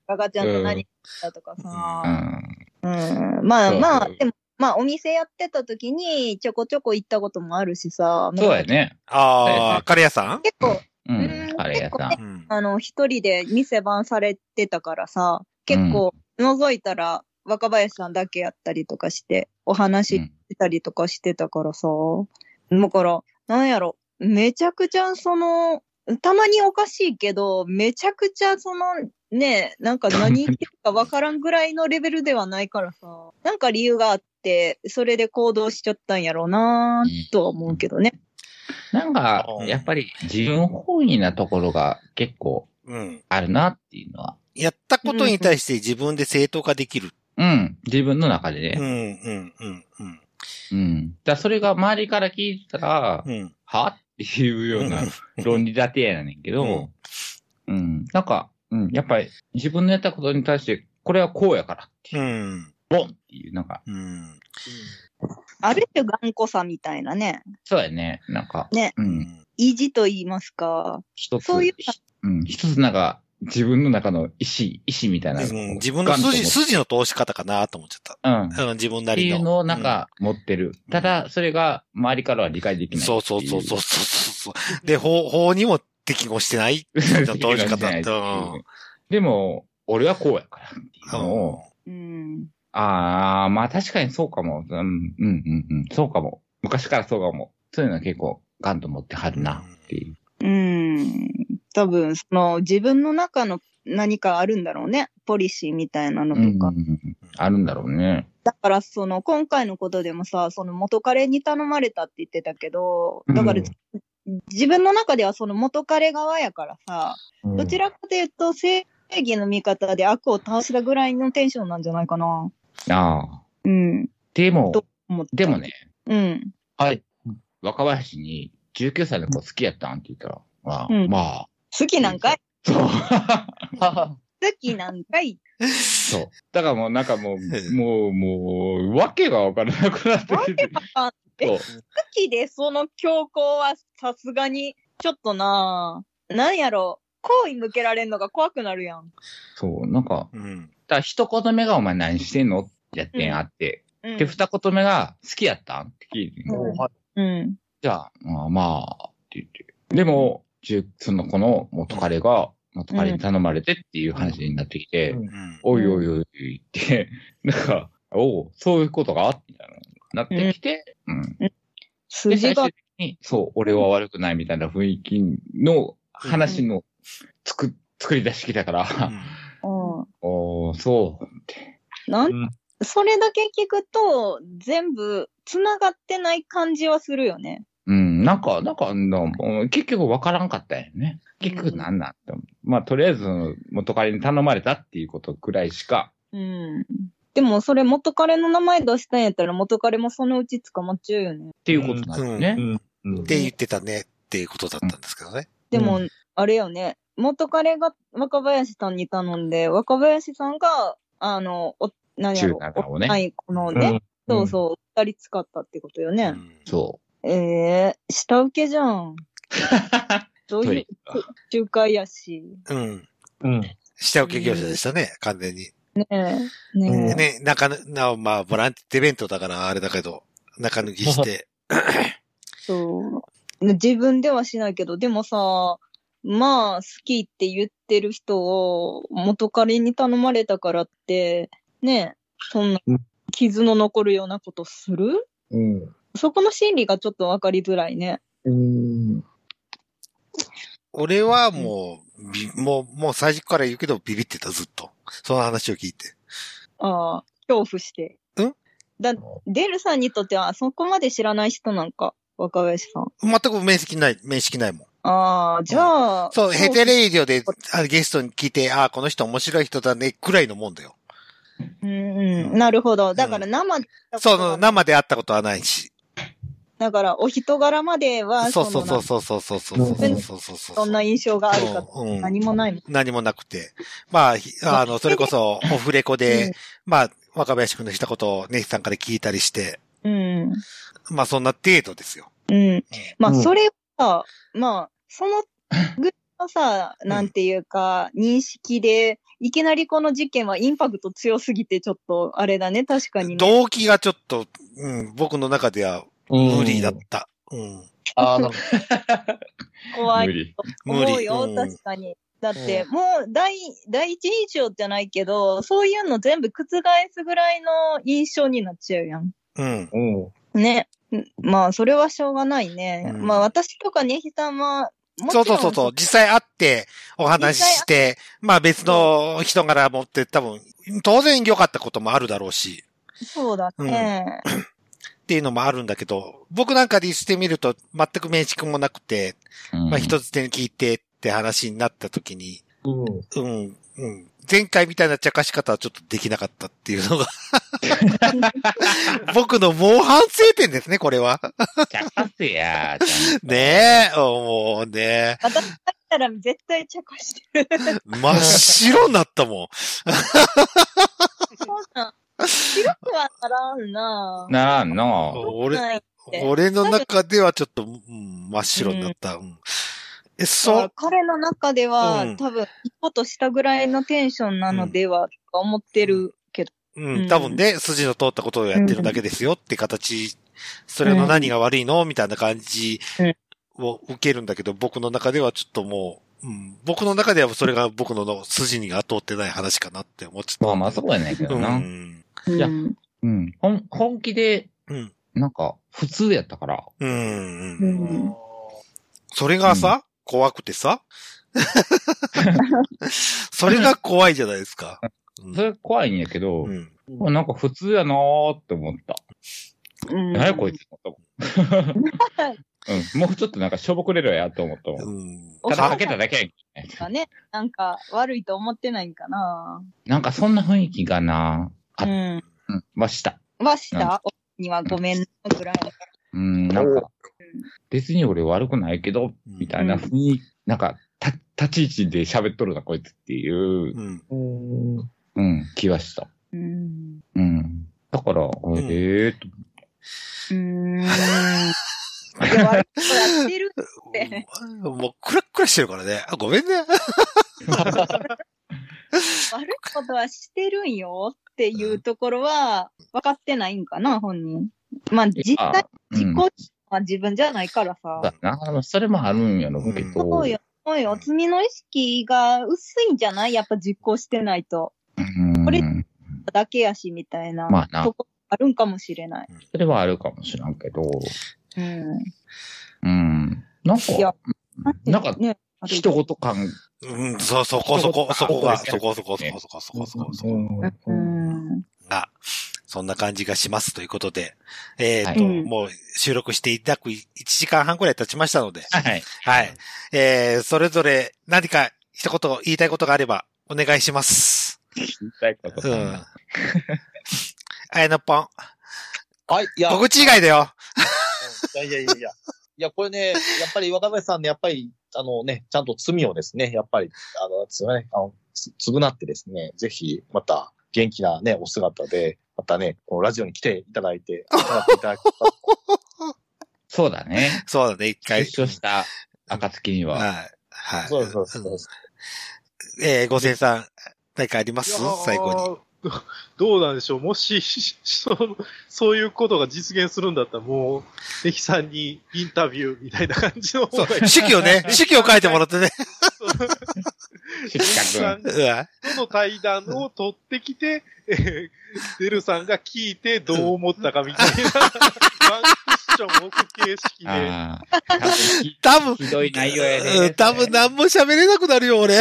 ガガちゃんと何だとかうさ、ん。うん、まあそうまあ、でも、まあお店やってた時にちょこちょこ行ったこともあるしさ、そうやね。ああ、カレー屋さん結構、ううんん。あれやさん。うん。あの、一人で店番されてたからさ、結構、覗いたら、若林さんだけやったりとかして、お話ししたりとかしてたからさ、だから、なんやろ、めちゃくちゃその、たまにおかしいけど、めちゃくちゃその、ねなんか何言ってるかわからんぐらいのレベルではないからさ、なんか理由があって、それで行動しちゃったんやろうなとは思うけどね。なんか、やっぱり自分本位なところが結構うん。あるなっていうのは。やったことに対して自分で正当化できる。うん。自分の中でうん、ね。うん、うん、うん。うん。だからそれが周りから聞いてたら、うん。はっていうようなうん論理立てやねんけど、うん。なんか、うん。やっぱり自分のやったことに対して、これはこうやからっていうう、ん。ボンっていう、なんか、うん。ある種頑固さみたいなね、そうやね。なんか、ねうん。意地と言いますか、一つ、そういううん。一つなんか、自分の中の意思、意思みたいなのを。うん自分のガンと持っ筋、て筋の通し方かなと思っちゃっうん。た。うん、自分っなてりいの。うのをなんか持ってる。ただ、それが周りからは理解できうん、ない。そうそうそうそうそうそう。で、法、法にも適合してない。 [LAUGHS] う。の通し方ってうんでも、俺はこうやからっていうのを、うん、ああ、まあ確かにそうかも。うん、うん、うん、うん、そうかも。昔からそうかも。そういうのは結構ガンと持ってはるなっていう。うん。多分、その自分の中の何かあるんだろうね。ポリシーみたいなのとうん、か。あるんだろうね。だから、その今回のことでもさ、その元彼に頼まれたって言ってたけど、だから、自分の中ではその元彼側やからさ、どちらかというと正義の味方で悪を倒したぐらいのテンションなんじゃないかな。ああ。うん。でも、と思ったでも。ね、うん。はい。若林に19歳の子好きやったんって言ったら、まあ、うんまあ、好きなんかいそう。好きなんかい [LAUGHS] そう。だからもうなんか [LAUGHS] もう、もう、もう、わけがわからなくなってきて。あえそう。時でその強行はさすがに、ちょっとなぁ、なんやろ、好意向けられんのが怖くなるやん。そう。なんか、うん。だから一言目がお前何してんのやってうんんあって。うんで、二言目が好きやったんって聞いて。うんはいうん。じゃあ、まあ、まあ、って言って。でも、じゅその子の元彼が、元彼に頼まれてっていう話になってきて、うんうん。おいおいおいおいって、なんか、おう、そういうことがあって、みたいな、なってきて、うん。で、筋最が終、的に、そう、俺は悪くないみたいな雰囲気の話の作、作り出してきたから、うん。 [LAUGHS] おー、そう。なん、うんそれだけ聞くと、全部、繋がってない感じはするよね。うん、なんか、なんか、なんかもう結局わからんかったよね。結局なんなんって思う、まあ、とりあえず、元彼に頼まれたっていうことくらいしか、うん。でも、それ元彼の名前出したんやったら、元彼もそのうち捕まっちゃうよね。っていうことなんだよね。うん。うんって言ってたねっていうことだったんですけどね。でも、うあれよね、元彼が若林さんに頼んで、若林さんが、あの、お、何やろ、 17をねはい、このうね、んそうそう、二人使ったってことよね。そええ下請けじゃん。う。どうトいイう、仲介やし。うん。うん。うん。下請け業者でしたね、完全に。ねえ。ねえ。ね、なかな、まあ、ボランティアイベントだからあれだけど、中抜きして。そう。自分ではしないけど、でもさ、まあ、好きって言ってる人を元彼に頼まれたからって、ねえ、そんなうん傷の残るようなことするうん。そこの心理がちょっとわかりづらいね。うん。俺はもう、びもう、もう最初から言うけど、ビビってた、ずっと。その話を聞いて。ああ、恐怖して。んだ、デルさんにとっては、そこまで知らない人なんか、若林さん。全く面識ない、面識ないもん。ああ、じゃあ。そう、ヘテレイディオであゲストに聞いて、ああ、この人面白い人だね、くらいのもんだよ。うんうん。なるほど。だから生、そう、生で会ったことはないし。だから、お人柄までは、そうそうそうそそうそうそうそうそうそうそうそう。の。どんな印象があるかとうんうん何もないもん。何もなくて。まあ、ひあの、それこそ、オフレコうでん、まあ、若林くんのしたことをネヒさんから聞いたりして、うん。まあ、そんな程度ですよ。うん。まあ、うんそれは、まあ、そのぐらいのさ、なんていうか、認識で、いきなりこの事件はインパクト強すぎて、ちょっと、あれだね、確かにね。動機がちょっと、うん、僕の中では無理だった。うん。ああ、なるほど。怖い無理。と思うよ、無理うん確かに。だって、もう、第、第一印象じゃないけど、そういうの全部覆すぐらいの印象になっちゃうやん。うん。うん。ね。んまあ、それはしょうがないね。うんまあ、私とかね、ひさんは、もちそろうんそうそうそう。実際会って、お話しして、まあ別の人柄持って多分、当然良かったこともあるだろうし、そうだね。っていうのもあるんだけど、僕なんかでしてみると全く面識もなくて、まあ一つ手に聞いてって話になった時に、うん。うん、うん。前回みたいな茶化し方はちょっとできなかったっていうのが、僕の猛反省点ですね、これは。ちゃかせや。ちゃんとねえ、もうね私だったら絶対茶化してる。真っ白になったもん。そうなん。広くはならんなならんの。俺、はい。俺の中ではちょっと、うん、真っ白になった。うん、え、そそうう、。彼の中では、うん多分、一歩としたぐらいのテンションなのでは、とか思ってるけど。う、うんん多分ね、筋の通ったことをやってるだけですよって形、それの何が悪いのみたいな感じうんを受けるんだけど、僕の中ではちょっともう、うん、僕の中ではそれが僕のの筋にが通ってない話かなって思っちゃまっあまあそうやねんけた。どうな。ん。うんいやうん。ほん本気で、うん。なんか、普通やったから。うん。ううんんそれがさ、怖くて [LAUGHS] さ。それが怖いじゃないですか。うんそれ怖いんやけど、うんなんか普通やなーって思った。うん何やこいつと思った。うん。もうちょっとなんかしょぼくれろやと思ったもん。うん [LAUGHS] おただ母さかんけただけやんがね、なんか悪いと思ってないんかな。なんかそんな雰囲気がなうあ、ん。うん、はした。はした夫にはごめんなぐらい。うん、なんおか、別に俺悪くないけど、みたいな雰囲気、なんか、た、立ち位置で喋っとるな、こいつっていう、うん。うん。うん、気はした。うん。うん。だから、んええーと、うーん。いや悪いことやってる。ってもう、クラックラしてるからね。あ、ごめんね。 [LAUGHS] 悪いことはしてるんよっていうところは分かってないんかな、本人。まあ、実際、う自己ん、は自分じゃないからださ。な、それもあるんやろうけど、そうよ、そうよ。罪の意識が薄いんじゃないやっぱ実行してないと。うん、これだけやし、みたいな。まあなとこあるんかもしれない。それはあるかもしらんけど、うん。うん。なんいやか、なんか、ね、人事感、うん、そう、そこ、そこ、そこが、そこ、そこ、そこ、そこ、そこ、そこ、そこう。うんが、そんな感じがしますということで、えっと、はいもう収録していただく1時間半くらい経ちましたので、はい。はい。えー、それぞれ何か一言言いたいことがあればお願いします。言いたいことうかんな。。あやのぽん。はい、いや、小口以外だよ。いやいやいやいや。いや、これね、やっぱり若林さんね、やっぱり、あのね、ちゃんと罪をですね、やっぱり、あの、つね、あの、つ償ってですね、ぜひ、また、元気なね、お姿で、またね、このラジオに来ていただいて、伺っていただきたいそう [LAUGHS] だね。そうだね、一回。出所した暁には。はい。はい。そうですそうですそうです。えー、五千さん、何かあります最後に。に。どうなんでしょうもし、しそのそういうことが実現するんだったら、もう、ネヒさんにインタビューみたいな感じの方そ、がいいう [LAUGHS] 手記をね、手記を書いてもらってね。 [LAUGHS] 出ネヒさ社んうわとの対談を取ってきて、えーデルさんが聞いてどう思ったかみたいな、ワンクッション置く形式君。で、ああ。多分ひ多分、ひどい内容やで、うん多分何も喋れなくなるよ、俺。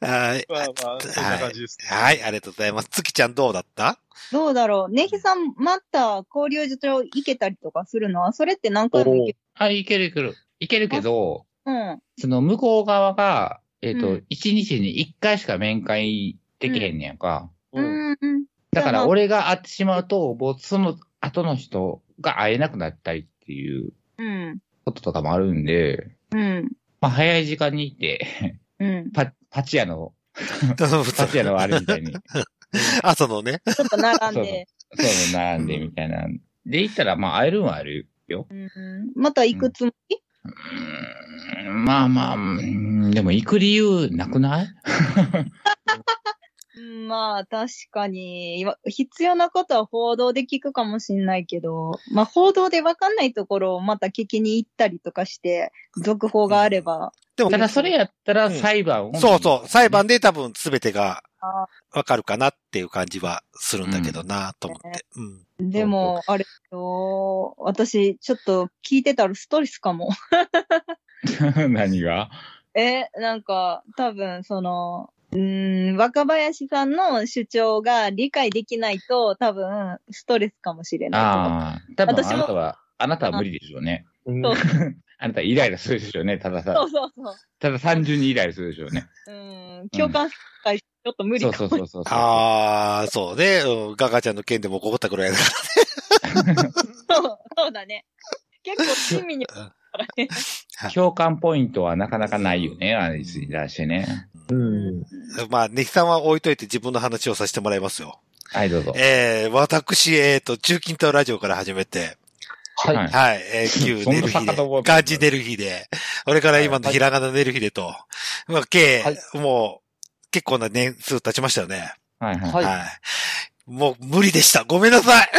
はい。まあまあ、そんな感じですね。はい、ありがとうございます。月ちゃんどうだったどうだろう。ネヒさん、また交流所行けたりとかするのは、それって何回も行けあ、いけるいける。いけるけど、うん。その向こう側が、えっ、うとん、一、日に一回しか面会できへんねやんか。うん。うんうん。だかじゃあまらあ俺が会ってしまうと、もうその後の人が会えなくなったりっていううん。こととかもあるんで、うん。まあ早い時間に行って、うん。パ、パチ屋の、パチう屋ん。のあれみたいに、 [LAUGHS] 朝のね。ちょっと並 [LAUGHS] んで。そういうの悩んでみたいな。で行ったら、まあ会えるんは会えるよ。うんまた行くつもりうーんまあまあ、うーんでも行く理由なくないうんまあ、確かに、わ必要なことは報道で聞くかもしんないけど、まあ、報道でわかんないところをまた聞きに行ったりとかして、続報があれば、でもた、だそれやったらうん裁判を、そうそう。裁判で多分全てがあわかるかなっていう感じはするんだけどなと思って。うん。でも、あれよ、私、ちょっと聞いてたらストレスかも。 [LAUGHS] [LAUGHS] 何がえ、なんか、多分、その、うーん、若林さんの主張が理解できないと、多分、ストレスかもしれないああ、多分私あもなたは、あなたは無理でしょうね。うんそうあなたイライラするでしょうね。ただけど。さそ、うそうそう。ただ単純にイライラするでしょうね。うん、共感会、ちょっと無そ理うかそうも。そうそう。ああ、そうね。うんガガちゃんの件でも怒ったぐらいだかそう、 [LAUGHS] そうだね。結構、親身に思うからね。共感ポイントはなかなかないよね。あれに出してね。うん。ら。まあ、ネキさんは置いといて自分の話をさせてもらいますよ。はい、どうぞ。えー、私、えっ、と、中近東ラジオから始めて、はい。はいはい、え [LAUGHS] ー、旧そんネなルヒデ遡る、漢字ネルヒデ、それから今のひらがなネルヒデと、まあ、計、はいもう、結構な年数経ちましたよね。はいはい。はい。はい。もう、無理でした。ごめんなさい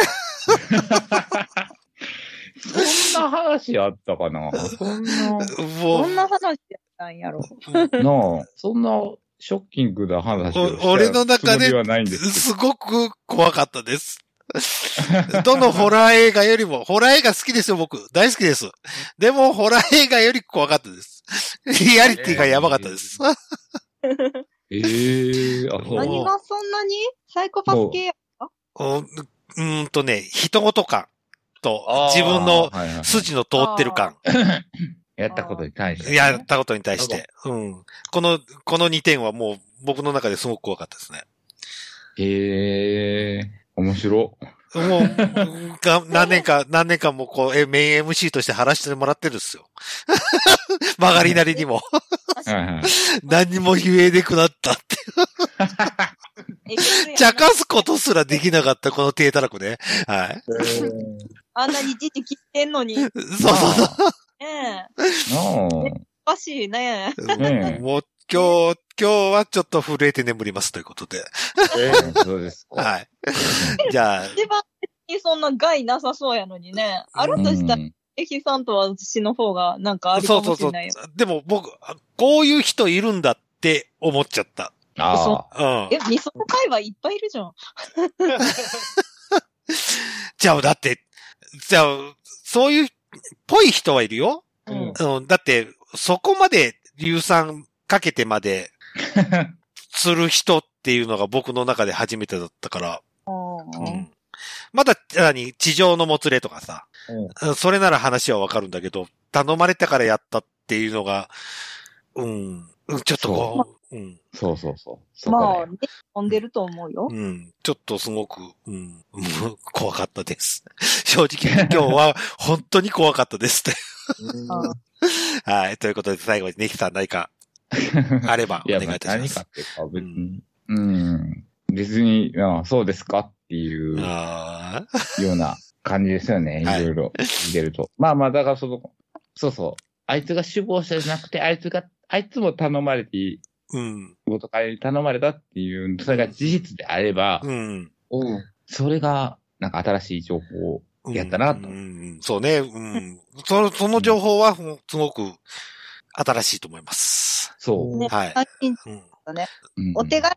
そんな話あったかな [LAUGHS] そんな、もどう、んな話やったんやろ。なあ、そんなショッキングな話をしたお俺の中でつもりはないんですけどすごく怖かった [LAUGHS] です。どのホラー映画よりも、ホラー映画好きですよ、僕。大好きです。でも、ホラー映画より怖かったです。リアリティがやばかったです。ええあ、そう。何がそんなにサイコパス系やおうーんとね、人ごと感とあー自分のはいはい筋の通ってる感、やったことに対して。やったことに対して、うん。この、この2点はもう僕の中ですごく怖かったですね。ええ面も白。うが、何年か、何年間もこう、えメイン MC として話してもらってるんです [LAUGHS] よ。曲がりなりにも。 [LAUGHS] はいはい。何にも言えなくなったって。えげつやな茶化すことすらできなかった、この低たらくね。はい。うんあんなに父切ってんのに。ねそうそうそう。え。なおかしいね。うんねえもう、今日、今日はちょっと震えて眠りますということで。あ、そうですか。はい。じゃあ、一番別にそんな害なさそうやのにね。あるとしたら、うんエヒさんと私の方がなんかあるかもしれないよ。でも僕、あこういう人いるんだって思っちゃった。あうんえ。、味噌界隈いっぱいいるじゃん。じゃあ、だって、じゃあ、そういう、ぽい人はいるよ。うん。うん。だって、そこまで硫酸かけてまで、あ。する人っていうのが僕の中で初めてだったから。ううんん。まだ、何、地上のもつれとかさ。ううん。それなら話はわかるんだけど、頼まれたからやったっていうのが、うん。うんちょっとこう、うん。 [LAUGHS] そうそうそう。そこまあ、ね、飛んでると思うよ。うん。ちょっとすごく、うん、 [LAUGHS] 怖かったです。 [LAUGHS] 正直、今日は本当に怖かったですって。んあーはい。ということで、最後にネキさん何かで。あればいお願 [LAUGHS] や、いいまあたしま何すかっ。ていうか、別に。うん。別に、ああそうですかっていうよあうな感じですよね。いはいろいろ見てると。まあまあ、だからその、そうそう。あいつが首謀者じゃなくて、あいつが、あいつも頼まれていい、ーうん。元カレに頼まれたっていう、それが事実であれば、うん。うん。それが、なんか新しい情報をうんやったなうんと。うんそうね。うん。その、その情報は、うんすごく、新しいと思います。そう。ねはい。最近、うん。うんお手軽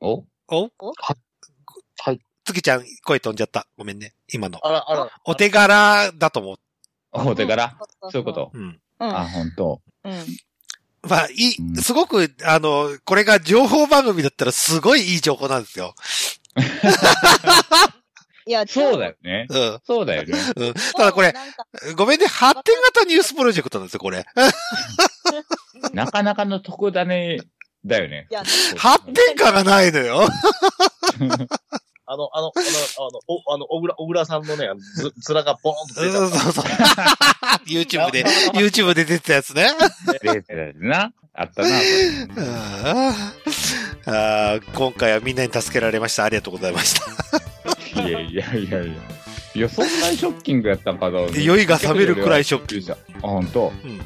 おおはい。月ちゃん、声飛んじゃった。ごめんね。今の。あら、あら。お手柄だと思う。お手柄そういうこ。と。うん。うん。あ、本当。うん。まあ、いうい、んすごく、あの、これが情報番組だったらすごいいい情報なんですよ。いや、そうだよね。うん。そうだよね。うん。でも。ただこれ、なんかごめんね、発展型ニュースプロジェクトなんですよ、これ。なかなかの特ダネだよねい。や、発展感がないのよ。あの、あの、あの、あの、おあの小倉、小倉さんのね、あのず、ずらがボーンとそう出た。そうそう。YouTube で、YouTube で出てたやつね。出てたしな。あったうな。これんあー今回はみんなに助けられました。ありがとうございました。いやいやいやいや。いや、そんなにショッキングやったんかな。酔いが覚めるくらいショッキンググ。あ、ほんとうん。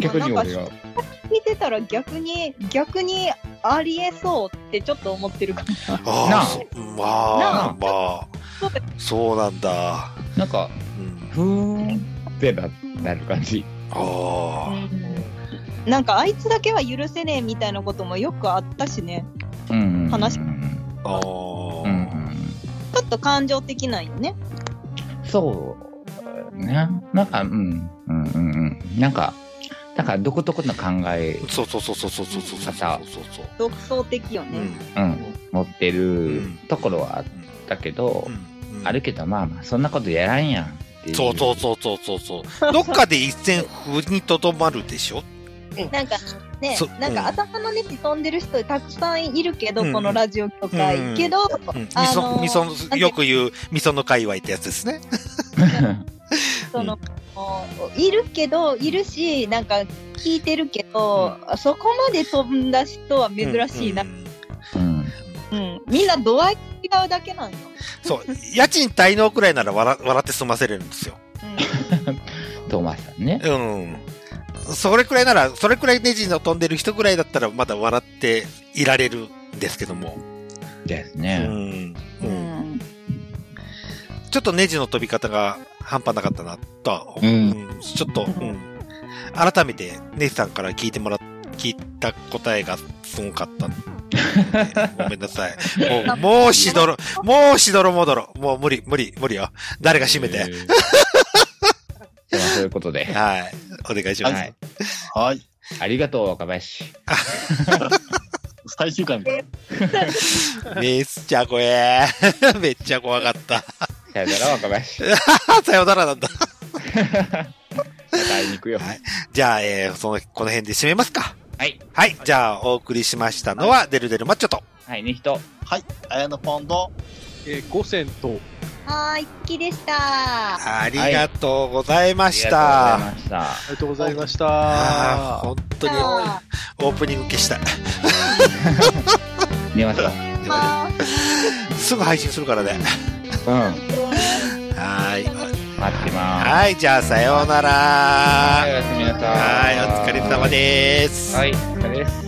逆に俺が。聞いてたら逆に、逆にありえそうってちょっと思ってるかも。なあああ、そうまあ、まあそうだ、そうなんだ。なんか、うん、ふーんってななる感じ。あなんかあいつだけは許せねえみたいなこともよくあったしね。うん。話うん。あ、ああ、うん。ちょっと感情的なんよね。そうね。なんか、うん。うんうんうん。なんか、なんか独特な考え、そうそうそうそうそうそうそうそう方そうそう。独創的ようね。ん、うん、持ってるところはあっうんたけど、うん、うんあるけどまあまあ、そんなことやらんやんっていう。そうそうそうそうそうそう。どっかで一線踏にとどまるでしょ。なんかねそ、なんうんか頭のネジ飛んでる人たくさんいるけど、うんこのラジオ協会。うんけど、うん、みあそのーみそのよく言うみその界隈ってやつですね。その、いるけど、いるし、なんか聞いてるけど、そこまで飛んだ人は珍しいな。うんうん [LAUGHS] うん。うん、みんな度合い違うだけなんよ。そう家賃滞納くらいなら笑笑って済ませれるんですよ。トーマスさんね。うん。それくらいなら、それくらいネジの飛んでる人くらいだったらまだ笑っていられるんですけども。ですう [LAUGHS] ね。ん。う。うんん。うんちょっとネジの飛び方が半端なかったなとは、うんうんちょっと、うん改めてネジさんから聞いてもらっ聞いた答えがすごか [LAUGHS] った。ごめんなさい。もう、もうしどろ、もうしどろもどろ。もう無理、無理、無理よ。誰が閉めえて。ー。ではそういうことで、はい。お願いします。ははいい。はい。ありがとう若林。 [LAUGHS] 最終回みたいな。めっちゃ怖え。 [LAUGHS] めっちゃ怖かった。 [LAUGHS] さよなら若林。さよならなんだ。また会いに行くよ。はいじゃあ、えー、その、この辺で締めますか。はい。はい。じゃあ、お送りしましたのは、デルデルマッチョと。はい、ねひと。綾野ポンド。えー、五千と、はーい、好きでした。ありがとうございました。ありがとうございまありがとうございましああ、た。本当にはオープニング消した。 [LAUGHS] した。寝ますかーすぐ配信するからね。うん。はーい。待ってまはい、じゃあさようなら。す。はい、おはやすみなさい。い、お疲れ様です。はい、お疲れです。